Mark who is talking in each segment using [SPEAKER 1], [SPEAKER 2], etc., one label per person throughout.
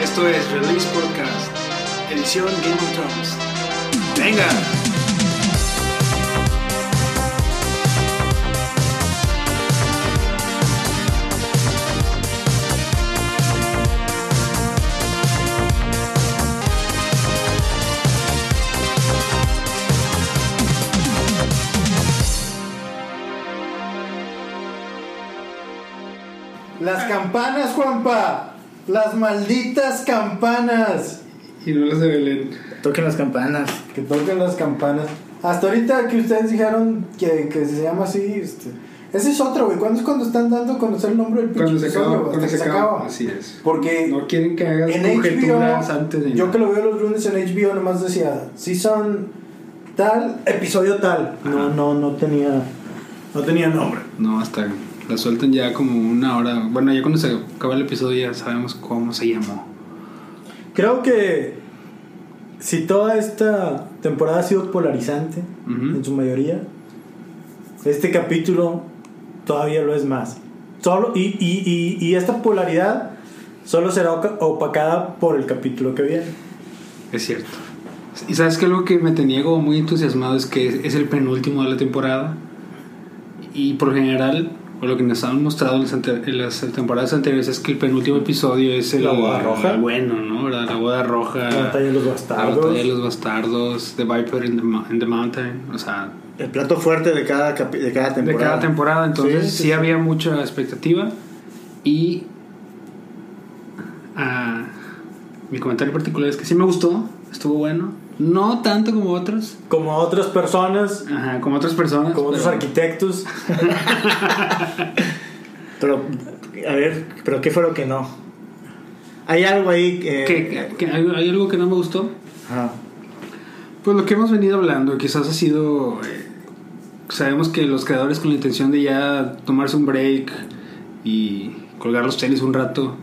[SPEAKER 1] Esto es Release Podcast, edición Game of Thrones. ¡Venga!
[SPEAKER 2] Las campanas, Juanpa. Las malditas campanas.
[SPEAKER 1] Y no las de Belén.
[SPEAKER 3] Toquen las campanas.
[SPEAKER 2] Que toquen las campanas. Hasta ahorita que ustedes dijeron que, que se llama así, este. Ese es otro, güey. ¿Cuándo es cuando están dando a conocer el nombre del
[SPEAKER 1] Cuando se
[SPEAKER 2] episodio,
[SPEAKER 1] acaba,
[SPEAKER 2] güey?
[SPEAKER 1] cuando
[SPEAKER 2] Hasta
[SPEAKER 1] se
[SPEAKER 2] que
[SPEAKER 1] acaba. Así es.
[SPEAKER 2] Porque
[SPEAKER 1] No quieren que hagas
[SPEAKER 2] en
[SPEAKER 1] conjeturas antes
[SPEAKER 2] HBO,
[SPEAKER 1] de
[SPEAKER 2] yo que lo veo los lunes en HBO, nomás decía, season tal, episodio tal. No, no, no tenía. No tenía nombre.
[SPEAKER 1] No, hasta la sueltan ya como una hora. Bueno, ya cuando se acaba el episodio ya sabemos cómo se llamó.
[SPEAKER 2] Creo que si toda esta temporada ha sido polarizante,
[SPEAKER 1] Ujú.
[SPEAKER 2] en su mayoría, este capítulo todavía lo es más. Solo, y, y- y- y esta polaridad solo será oca- opacada por el capítulo que viene.
[SPEAKER 1] Es cierto. Y sabes que algo que me tenía como muy entusiasmado es que es, es el penúltimo de la temporada. Y por general, o lo que nos han mostrado en las, ante- en las temporadas anteriores es que el penúltimo episodio es el
[SPEAKER 2] La boda roja.
[SPEAKER 1] Bueno, ¿no? ¿Verdad? La boda roja.
[SPEAKER 2] La batalla de los
[SPEAKER 1] Ah, La
[SPEAKER 2] bastardos.
[SPEAKER 1] batalla de los bastardos. The Viper in the, Mo- in the Mountain. O sea,
[SPEAKER 3] El plato fuerte de cada, capi- de cada temporada.
[SPEAKER 1] de cada temporada. Entonces sí,
[SPEAKER 3] Sí, sí, sí.
[SPEAKER 1] había mucha expectativa. Y ah, mi comentario particular es que sí me gustó, estuvo bueno. No tanto como otros,
[SPEAKER 2] Como otras personas,
[SPEAKER 1] ajá, como otras personas.
[SPEAKER 2] como otros
[SPEAKER 1] pero-
[SPEAKER 2] arquitectos.
[SPEAKER 3] Pero, a ver, ¿pero qué fue lo que no? Hay algo ahí que...
[SPEAKER 1] que, que hay, hay algo que no me gustó.
[SPEAKER 3] Ajá.
[SPEAKER 1] Pues lo que hemos venido hablando, quizás ha sido. eh, sabemos que los creadores con la intención de ya tomarse un break y colgar los tenis un rato,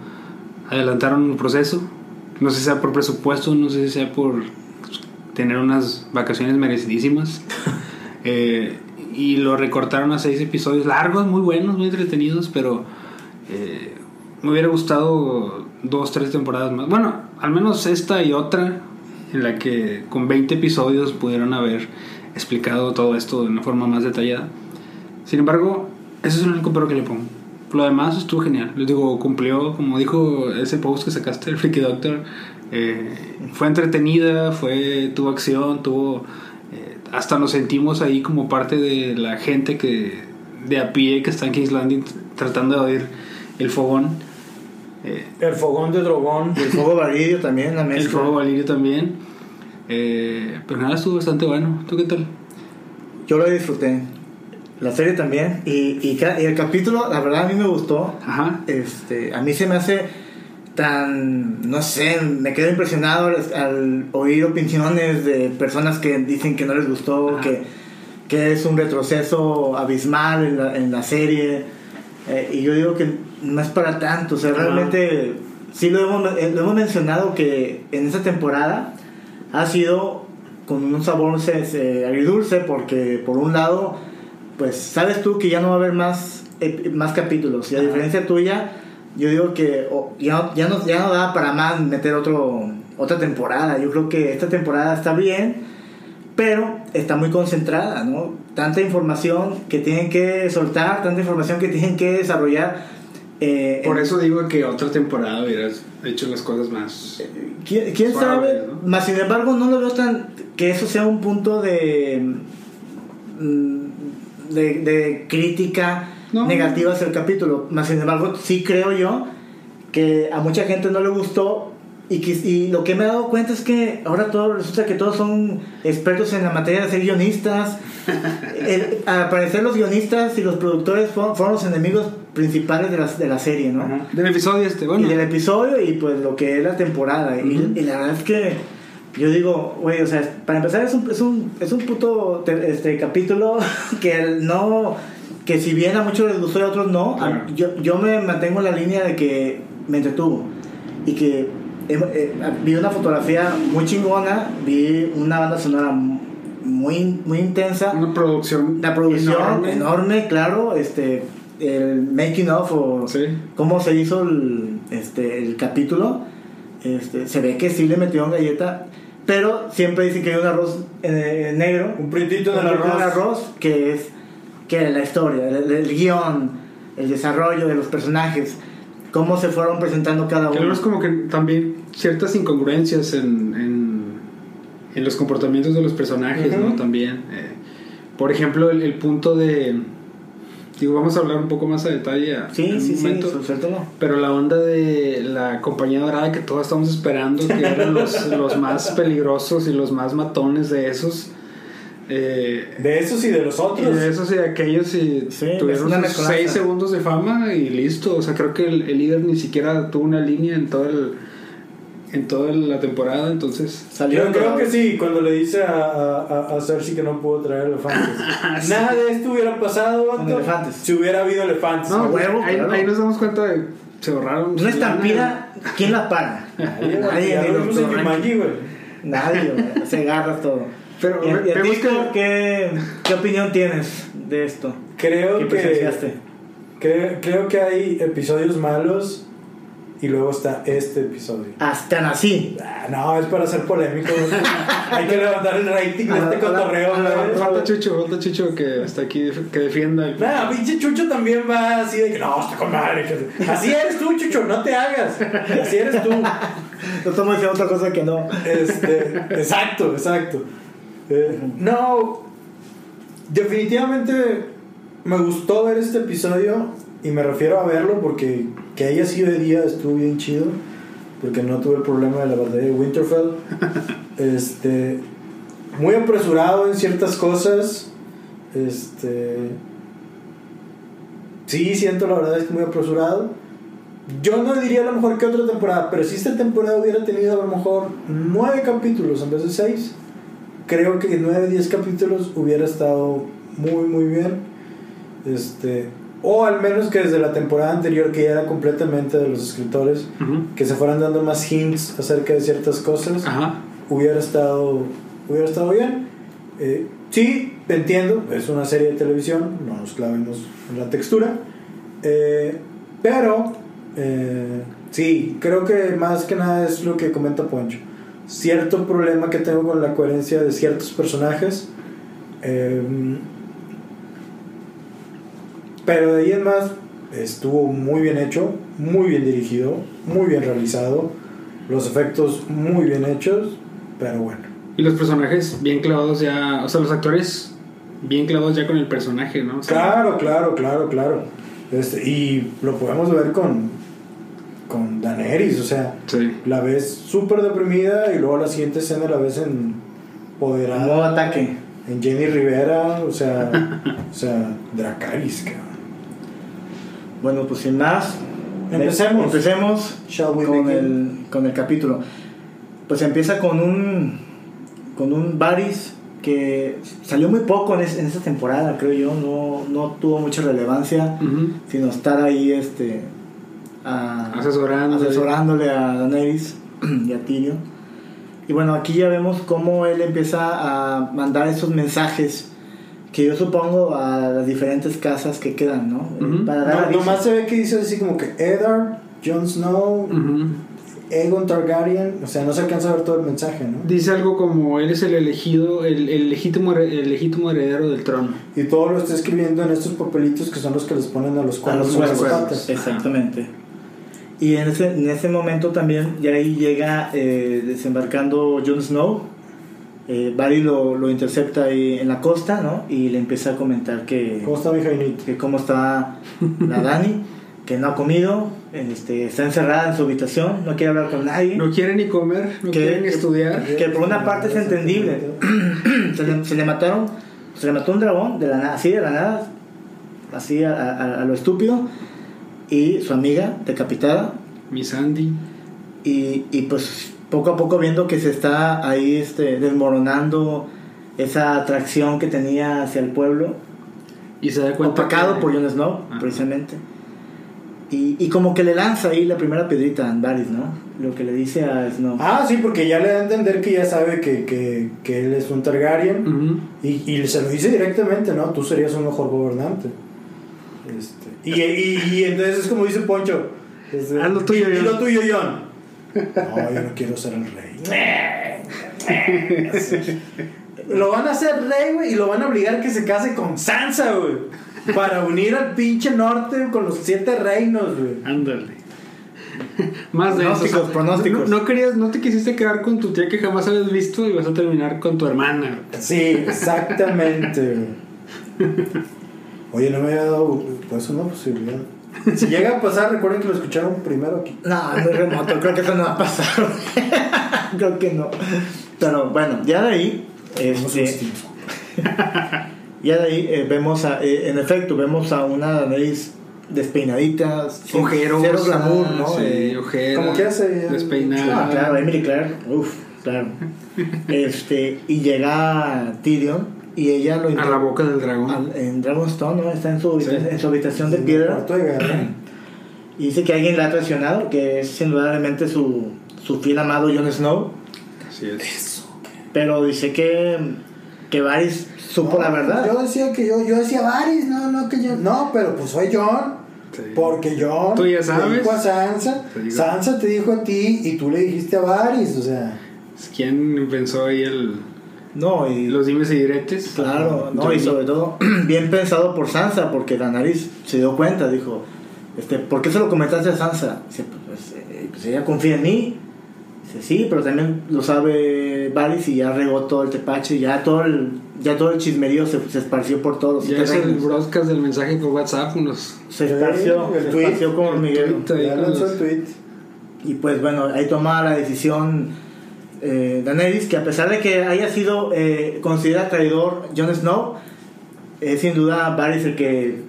[SPEAKER 1] adelantaron el proceso. No sé si sea por presupuesto, no sé si sea por tener unas vacaciones merecidísimas. Eh, y lo recortaron a seis episodios largos, muy buenos, muy entretenidos, pero eh, me hubiera gustado dos, tres temporadas más. Bueno, al menos esta y otra en la que con 20 episodios pudieron haber explicado todo esto de una forma más detallada. Sin embargo, ese es el único pero que le pongo. Lo demás estuvo genial. Les digo, cumplió, como dijo ese post que sacaste, el Freaky Doctor. eh, fue entretenida, fue, tuvo acción, tuvo. eh, hasta nos sentimos ahí como parte de la gente que de a pie que está en King's Landing tr- tratando de oír el fogón. Eh,
[SPEAKER 2] El fogón de Drogón.
[SPEAKER 3] Y el fuego varillo también, la
[SPEAKER 1] el
[SPEAKER 3] mezcla.
[SPEAKER 1] fuego valirio también. Eh, pero nada, estuvo bastante bueno. ¿Tú qué tal?
[SPEAKER 3] Yo lo disfruté. La serie también. Y, y ca- y el capítulo, la verdad, a mí me gustó.
[SPEAKER 1] Ajá.
[SPEAKER 3] Este, a mí se me hace tan, no sé, me quedo impresionado al, al oír opiniones de personas que dicen que no les gustó,
[SPEAKER 1] Ajá.
[SPEAKER 3] que, que es un retroceso abismal en la, en la serie. Eh, y yo digo que no es para tanto, o sea,
[SPEAKER 1] Ajá.
[SPEAKER 3] realmente sí lo hemos, eh, lo hemos mencionado que en esta temporada ha sido con un sabor eh, agridulce porque por un lado pues sabes tú que ya no va a haber más, ep- más capítulos. Y a
[SPEAKER 1] Ajá.
[SPEAKER 3] diferencia tuya, yo digo que o- ya, no- ya, no, ya no da para más meter otro, otra temporada. Yo creo que esta temporada está bien, pero está muy concentrada, ¿no? Tanta información que tienen que soltar, tanta información que tienen que desarrollar. eh,
[SPEAKER 1] Por
[SPEAKER 3] en-
[SPEAKER 1] eso digo que otra temporada hubieras hecho las cosas más.
[SPEAKER 3] ¿Quién, quién
[SPEAKER 1] Suave,
[SPEAKER 3] sabe?
[SPEAKER 1] ¿no?
[SPEAKER 3] Más sin embargo, no lo veo tan. que eso sea un punto de. mm, de, de crítica
[SPEAKER 1] No.
[SPEAKER 3] negativa hacia el capítulo. Más sin embargo, sí creo yo que a mucha gente no le gustó. Y, que- y lo que me he dado cuenta es que ahora todo resulta que todos son expertos en la materia de ser guionistas. El- al parecer los guionistas y los productores fueron, fueron los enemigos principales de la, de la serie, ¿no?
[SPEAKER 1] Ajá. Del episodio este, bueno.
[SPEAKER 3] y del episodio y pues lo que es la temporada. Y-
[SPEAKER 1] Ujú.
[SPEAKER 3] y, la verdad es que yo digo, güey, o sea, para empezar es un, es un, es un puto te- este, capítulo que el- no, que si bien a muchos les gustó y a otros no, a-
[SPEAKER 1] Claro.
[SPEAKER 3] yo, yo me mantengo en la línea de que me entretuvo y que eh, eh, vi una fotografía muy chingona, vi una banda sonora muy, muy intensa.
[SPEAKER 1] Una producción.
[SPEAKER 3] La producción
[SPEAKER 1] enorme.
[SPEAKER 3] enorme, claro, este el making of o
[SPEAKER 1] Sí.
[SPEAKER 3] cómo se hizo el, este, el capítulo. Este, se ve que sí le metieron galleta, pero siempre dicen que hay un arroz eh, negro,
[SPEAKER 2] Un printito
[SPEAKER 3] un
[SPEAKER 2] del arroz.
[SPEAKER 3] arroz que es que la historia, el, el guión, el desarrollo de los personajes, cómo se fueron presentando cada
[SPEAKER 1] Que
[SPEAKER 3] uno.
[SPEAKER 1] luego es como que también ciertas incongruencias en, en, en los comportamientos de los personajes,
[SPEAKER 2] Ujú.
[SPEAKER 1] ¿no? También. eh, por ejemplo, el, el punto de... Digo, vamos a hablar un poco más a detalle. a- en
[SPEAKER 3] Sí,
[SPEAKER 1] un
[SPEAKER 3] sí, sí,
[SPEAKER 1] momento.
[SPEAKER 3] suéltalo.
[SPEAKER 1] Pero la onda de la compañía dorada que todos estamos esperando, que eran los, los más peligrosos y los más matones de esos. eh,
[SPEAKER 2] De esos y de los
[SPEAKER 1] y
[SPEAKER 2] otros.
[SPEAKER 1] de esos y de aquellos y
[SPEAKER 3] Sí, es
[SPEAKER 1] tuvieron
[SPEAKER 3] una
[SPEAKER 1] sus
[SPEAKER 3] mezcolanza.
[SPEAKER 1] seis segundos de fama y listo. O sea, creo que el, el líder ni siquiera tuvo una línea en todo el, en toda la temporada, entonces.
[SPEAKER 3] Salieron
[SPEAKER 2] Yo creo
[SPEAKER 3] dorados.
[SPEAKER 2] que sí, cuando le dice a, a, a- a Cersei que no pudo traer elefantes. Nada de esto hubiera pasado vato,
[SPEAKER 3] Con elefantes.
[SPEAKER 2] si hubiera habido elefantes.
[SPEAKER 1] No,
[SPEAKER 3] A
[SPEAKER 1] pues,
[SPEAKER 3] huevo,
[SPEAKER 1] ahí,
[SPEAKER 3] claro.
[SPEAKER 1] ahí nos damos cuenta de se borraron.
[SPEAKER 3] Una estampida, ¿quién la paga?
[SPEAKER 2] Ahí, güey, ya
[SPEAKER 3] ni
[SPEAKER 2] lo
[SPEAKER 3] los
[SPEAKER 2] vimos en
[SPEAKER 3] Torrentes.
[SPEAKER 2] Jumanji, güey.
[SPEAKER 3] Nadie, güey, se agarra todo.
[SPEAKER 1] Pero
[SPEAKER 3] ¿Y a- y a
[SPEAKER 1] vemos
[SPEAKER 3] ti,
[SPEAKER 1] que-
[SPEAKER 3] Cor, ¿qué, ¿Qué opinión tienes de esto? ¿Qué
[SPEAKER 2] Creo que,
[SPEAKER 3] presenciaste?
[SPEAKER 2] creo, creo que hay episodios malos y luego está este episodio.
[SPEAKER 3] Hasta así.
[SPEAKER 2] Ah, no, es para ser polémico. güey. hay que levantar el rating de este cotorreo. güey.
[SPEAKER 1] Falta Chucho, falta Chucho que está aquí, que defienda el
[SPEAKER 2] Nah, pinche Chucho también va así de que no, está con madre. que- Así eres tú, Chucho, no te hagas. Así eres tú.
[SPEAKER 3] No estamos diciendo otra cosa que no.
[SPEAKER 2] Este, exacto, exacto. Eh, no, definitivamente me gustó ver este episodio y me refiero a verlo porque que haya sido de día estuvo bien chido porque no tuve el problema de la batalla de Winterfell. Este, muy apresurado en ciertas cosas. Este, sí, siento la verdad es que muy apresurado. Yo no diría a lo mejor que otra temporada, pero si esta temporada hubiera tenido a lo mejor nueve capítulos en vez de seis, creo que nueve, diez capítulos hubiera estado muy, muy bien. Este, o al menos que desde la temporada anterior, que ya era completamente de los escritores,
[SPEAKER 1] Ujú.
[SPEAKER 2] que se fueran dando más hints acerca de ciertas cosas,
[SPEAKER 1] Ajá.
[SPEAKER 2] hubiera estado, hubiera estado bien. Eh, sí, te entiendo, es una serie de televisión, no nos clavemos en la textura, Eh, pero eh, sí, creo que más que nada es lo que comenta Poncho. Cierto problema que tengo con la coherencia de ciertos personajes, eh, pero de ahí en más estuvo muy bien hecho, muy bien dirigido, muy bien realizado, los efectos muy bien hechos, pero bueno.
[SPEAKER 1] Y los personajes bien clavados ya, o sea, los actores bien clavados ya con el personaje, ¿no? O sea,
[SPEAKER 2] Claro, claro, claro, claro. Este, y lo podemos ver con, con Daenerys, o sea,
[SPEAKER 1] Sí.
[SPEAKER 2] la ves súper deprimida y luego la siguiente escena la ves
[SPEAKER 3] En modo
[SPEAKER 2] empoderada
[SPEAKER 3] ataque.
[SPEAKER 2] en Jenny Rivera, o sea, o sea, Dracarys, cabrón.
[SPEAKER 3] Bueno, pues sin más.
[SPEAKER 2] Empecemos.
[SPEAKER 3] Empecemos
[SPEAKER 2] Shall we
[SPEAKER 3] con
[SPEAKER 2] begin?
[SPEAKER 3] el, con el capítulo. Pues empieza con un. Con un Varys que salió muy poco en, es- en esta temporada, creo yo. No, no tuvo mucha relevancia.
[SPEAKER 1] Ujú.
[SPEAKER 3] Sino estar ahí, este. a-
[SPEAKER 1] Asesorando.
[SPEAKER 3] asesorándole a Daenerys y a Tyrion. Y bueno, aquí ya vemos cómo él empieza a mandar esos mensajes que yo supongo a las diferentes casas que quedan, ¿no?
[SPEAKER 1] Ujú.
[SPEAKER 3] Para dar
[SPEAKER 2] No,
[SPEAKER 3] aviso.
[SPEAKER 2] nomás se ve que dice así como que Eddard, Jon Snow,
[SPEAKER 1] Ujú.
[SPEAKER 2] Aegon Targaryen, o sea, no se alcanza a ver todo el mensaje, ¿no?
[SPEAKER 1] Dice algo como, eres el elegido, el, el legítimo, hered- el legítimo heredero del trono.
[SPEAKER 2] Y todo lo está escribiendo en estos papelitos que son los que les ponen a los
[SPEAKER 3] a los
[SPEAKER 2] cuernos en las
[SPEAKER 3] cuervos.
[SPEAKER 2] patas.
[SPEAKER 3] Exactamente. Y en ese, en ese momento también, ya ahí llega eh, desembarcando Jon Snow. Eh, Barry lo, lo intercepta ahí en la costa, ¿no? Y le empieza a comentar que...
[SPEAKER 2] ¿Cómo está mi Jainito?
[SPEAKER 3] que cómo está la Dani, que no ha comido, este, está encerrada en su habitación, no quiere hablar con nadie.
[SPEAKER 1] No quiere ni comer, no
[SPEAKER 3] ¿Qué?
[SPEAKER 1] quiere ni
[SPEAKER 3] ¿Qué?
[SPEAKER 1] estudiar.
[SPEAKER 3] Que por una parte es entendible. se, le, se le mataron, se le mató un dragón de la nada, así de la nada, así a, a- a lo estúpido, y su amiga decapitada,
[SPEAKER 1] Mi Sandy.
[SPEAKER 3] y, y pues poco a poco viendo que se está ahí este, desmoronando esa atracción que tenía hacia el pueblo,
[SPEAKER 1] Y se da cuenta.
[SPEAKER 3] opacado
[SPEAKER 1] que-
[SPEAKER 3] por Jon Snow,
[SPEAKER 1] Ajá.
[SPEAKER 3] precisamente. Y, y como que le lanza ahí la primera piedrita a Andaris, ¿no? Lo que le dice a Snow.
[SPEAKER 2] Ah, sí, porque ya le da a entender que ya sabe que, que, que él es un Targaryen.
[SPEAKER 1] Ujú.
[SPEAKER 2] Y, y se lo dice directamente, ¿no? Tú serías un mejor gobernante. Este, y, y, y entonces es como dice Poncho. este,
[SPEAKER 1] Haz lo tuyo,
[SPEAKER 2] y
[SPEAKER 1] Jon.
[SPEAKER 2] lo tuyo, John.
[SPEAKER 4] No, yo no quiero ser el rey.
[SPEAKER 2] Lo van a hacer rey, güey, y lo van a obligar a que se case con Sansa, güey. Para unir al pinche norte con los siete reinos, güey.
[SPEAKER 1] Ándale. Más de
[SPEAKER 3] Pronósticos,
[SPEAKER 1] eso.
[SPEAKER 3] pronósticos.
[SPEAKER 1] No, no querías, no te quisiste quedar con tu tía que jamás habías visto y vas a terminar con tu hermana.
[SPEAKER 4] Sí, exactamente. Oye, no me había dado pues es una posibilidad. Si llega a pasar, recuerden que lo escucharon primero aquí.
[SPEAKER 3] No, muy remoto, creo que eso no va a pasar. creo que no. Pero bueno, ya de ahí.
[SPEAKER 4] Somos
[SPEAKER 3] este,
[SPEAKER 4] unos tíos.
[SPEAKER 3] ya de ahí eh, vemos a, eh, en efecto, vemos a una nariz despeinadita, sin-
[SPEAKER 1] Ojerosa,
[SPEAKER 3] cero glamour, ¿no?
[SPEAKER 1] sí,
[SPEAKER 3] Eh,
[SPEAKER 1] ojera,
[SPEAKER 4] como que hace-
[SPEAKER 1] despeinada.
[SPEAKER 3] Ah, claro, Emily Clark, uff, claro. Este, y llega Tyrion y ella lo
[SPEAKER 1] A la boca del dragón.
[SPEAKER 3] al- en Dragonstone, ¿no? Está en su, habita-
[SPEAKER 1] Sí.
[SPEAKER 3] en su habitación de piedra.
[SPEAKER 4] Cuarto de guerra.
[SPEAKER 3] Y dice que alguien la ha traicionado, que es indudablemente su, su fiel amado Jon Snow.
[SPEAKER 1] Así es.
[SPEAKER 3] Pero dice que, que Varys supo
[SPEAKER 4] No,
[SPEAKER 3] la verdad.
[SPEAKER 4] Yo decía que yo, yo decía Varys, no, no, que yo. No, pero pues soy John.
[SPEAKER 1] Sí.
[SPEAKER 4] Porque John
[SPEAKER 1] Tú ya
[SPEAKER 4] le
[SPEAKER 1] sabes.
[SPEAKER 4] dijo a Sansa,
[SPEAKER 1] Te digo.
[SPEAKER 4] Sansa te dijo a ti y tú le dijiste a Varys, o sea,
[SPEAKER 1] ¿Quién pensó ahí el,
[SPEAKER 3] No, y
[SPEAKER 1] los dimes y diretes?
[SPEAKER 3] claro, no, y
[SPEAKER 1] Yo-
[SPEAKER 3] sobre todo bien pensado por Sansa, porque Daenerys se dio cuenta, dijo, este, ¿por qué se lo comentaste a Sansa? Dice, pues, eh, pues ella confía en mí. Dice, sí, pero también lo sabe Varys y ya regó todo el tepache, ya todo el, ya todo el chismerío se, se esparció por todos los
[SPEAKER 1] Ya
[SPEAKER 3] siete
[SPEAKER 1] es el
[SPEAKER 3] reinos.
[SPEAKER 1] broadcast del mensaje por WhatsApp. Nos,
[SPEAKER 3] Se esparció,
[SPEAKER 4] Sí, el
[SPEAKER 3] se
[SPEAKER 4] tweet,
[SPEAKER 3] esparció como
[SPEAKER 1] el
[SPEAKER 3] Miguel.
[SPEAKER 1] tweet. Te
[SPEAKER 4] ya
[SPEAKER 1] digo
[SPEAKER 4] lanzó
[SPEAKER 1] los-
[SPEAKER 4] el tweet.
[SPEAKER 3] Y pues bueno, ahí tomaba la decisión eh, Daenerys, que a pesar de que haya sido eh, considerada traidor Jon Snow, es sin duda Varys el que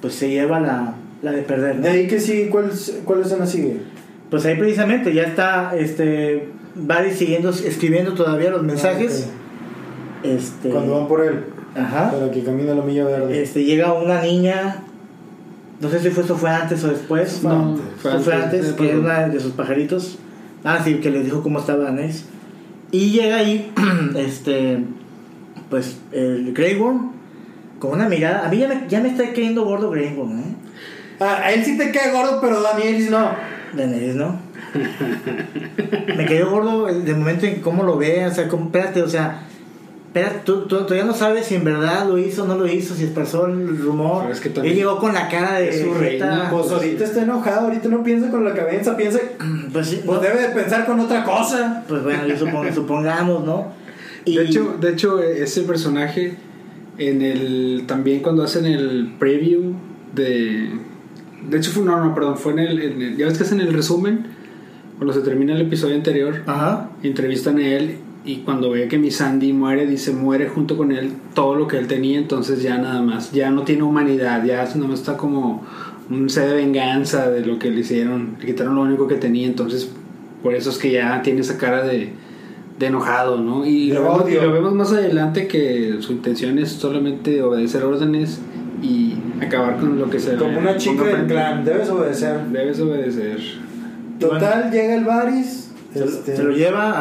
[SPEAKER 3] pues se lleva la, la de perder. ¿no?
[SPEAKER 4] De ahí que sí, ¿cuál, cuál escena sigue?
[SPEAKER 3] Pues ahí precisamente ya está este Varys siguiendo escribiendo todavía los
[SPEAKER 2] Ah,
[SPEAKER 3] mensajes. Ah. Este,
[SPEAKER 4] Cuando van por él,
[SPEAKER 3] ajá.
[SPEAKER 4] para que camine la milla verde.
[SPEAKER 3] Este, llega una niña, no sé si fue, eso fue antes o después.
[SPEAKER 4] Fue
[SPEAKER 1] no,
[SPEAKER 4] antes.
[SPEAKER 1] fue
[SPEAKER 3] Fue antes,
[SPEAKER 1] eh,
[SPEAKER 3] que
[SPEAKER 1] perdón.
[SPEAKER 3] era una de sus pajaritos. Ah, sí, que les dijo cómo estaba Daenerys. Y llega ahí, este, pues, el Grey Worm, con una mirada. A mí ya me, ya me está cayendo gordo Grey Worm, ¿eh?
[SPEAKER 2] Ah, a él sí te cae gordo, pero Danielis no.
[SPEAKER 3] Daenerys, ¿no? me cayó gordo el- del momento en cómo lo ve, o sea, cómo, espérate, o sea, espérate, tú, tú todavía no sabes si en verdad lo hizo o no lo hizo, si expresó el rumor.
[SPEAKER 1] Pero es que
[SPEAKER 3] Él
[SPEAKER 1] también
[SPEAKER 3] llegó con la cara de...
[SPEAKER 1] es su
[SPEAKER 3] de-
[SPEAKER 1] reina.
[SPEAKER 2] Pues
[SPEAKER 1] sí.
[SPEAKER 2] ahorita está enojado, ahorita no piensa con la cabeza, piensa.
[SPEAKER 3] Pues, sí,
[SPEAKER 2] Pues
[SPEAKER 3] no,
[SPEAKER 2] debe de pensar con otra cosa.
[SPEAKER 3] pues bueno, yo supongo, supongamos, ¿no? Y-
[SPEAKER 1] De hecho, de hecho, eh, ese personaje en el también cuando hacen el preview de de hecho fue no, no, perdón, fue en el, en el- ya ves que hacen el resumen cuando se termina el episodio anterior,
[SPEAKER 3] Ajá.
[SPEAKER 1] entrevistan a él y cuando ve que mi Sandy muere, dice muere junto con él todo lo que él tenía, entonces ya nada más, ya no tiene humanidad, ya no está como un sed de venganza de lo que le hicieron, le quitaron lo único que tenía, entonces por eso es que ya tiene esa cara de, de enojado, ¿no? Y
[SPEAKER 4] De
[SPEAKER 1] lo, vemos,
[SPEAKER 4] odio.
[SPEAKER 1] y lo vemos más adelante que su intención es solamente obedecer órdenes y acabar con lo que se
[SPEAKER 4] Como
[SPEAKER 1] le
[SPEAKER 4] una chica
[SPEAKER 1] ponga
[SPEAKER 4] del
[SPEAKER 1] frente.
[SPEAKER 4] clan, debes obedecer.
[SPEAKER 1] Debes obedecer.
[SPEAKER 4] Total, llega el Varys.
[SPEAKER 3] Se, lo-
[SPEAKER 4] este,
[SPEAKER 3] se lo lleva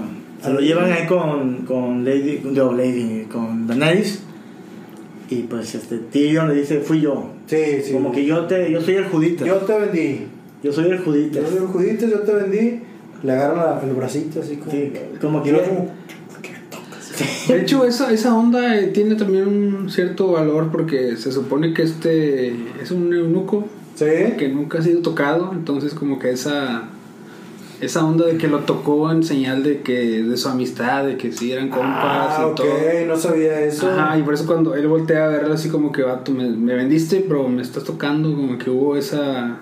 [SPEAKER 3] a. Se lo llevan ahí con, con Lady. No, Lady, con Daenerys. Y pues este Tyrion le dice, fui yo.
[SPEAKER 4] Sí, sí.
[SPEAKER 3] Como que yo te, yo soy el judita.
[SPEAKER 4] Yo
[SPEAKER 3] Yo,
[SPEAKER 4] te vendí.
[SPEAKER 3] soy el judita.
[SPEAKER 4] Yo soy un judito, yo te vendí. Le agarran la- el bracito así como.
[SPEAKER 3] Sí, como
[SPEAKER 4] Y luego
[SPEAKER 3] que-
[SPEAKER 4] como, ¿por qué me tocas?
[SPEAKER 1] De hecho, esa, esa onda eh, tiene también un cierto valor porque se supone que este es un eunuco
[SPEAKER 4] Sí.
[SPEAKER 1] que nunca ha sido tocado, entonces como que esa esa onda de que lo tocó en señal de que de su amistad, de que sí eran compas
[SPEAKER 4] Ah,
[SPEAKER 1] y
[SPEAKER 4] ok,
[SPEAKER 1] todo.
[SPEAKER 4] no sabía eso.
[SPEAKER 1] Ajá, y por eso cuando él voltea a verlo así como que va, tú me, me vendiste, pero me estás tocando, como que hubo esa...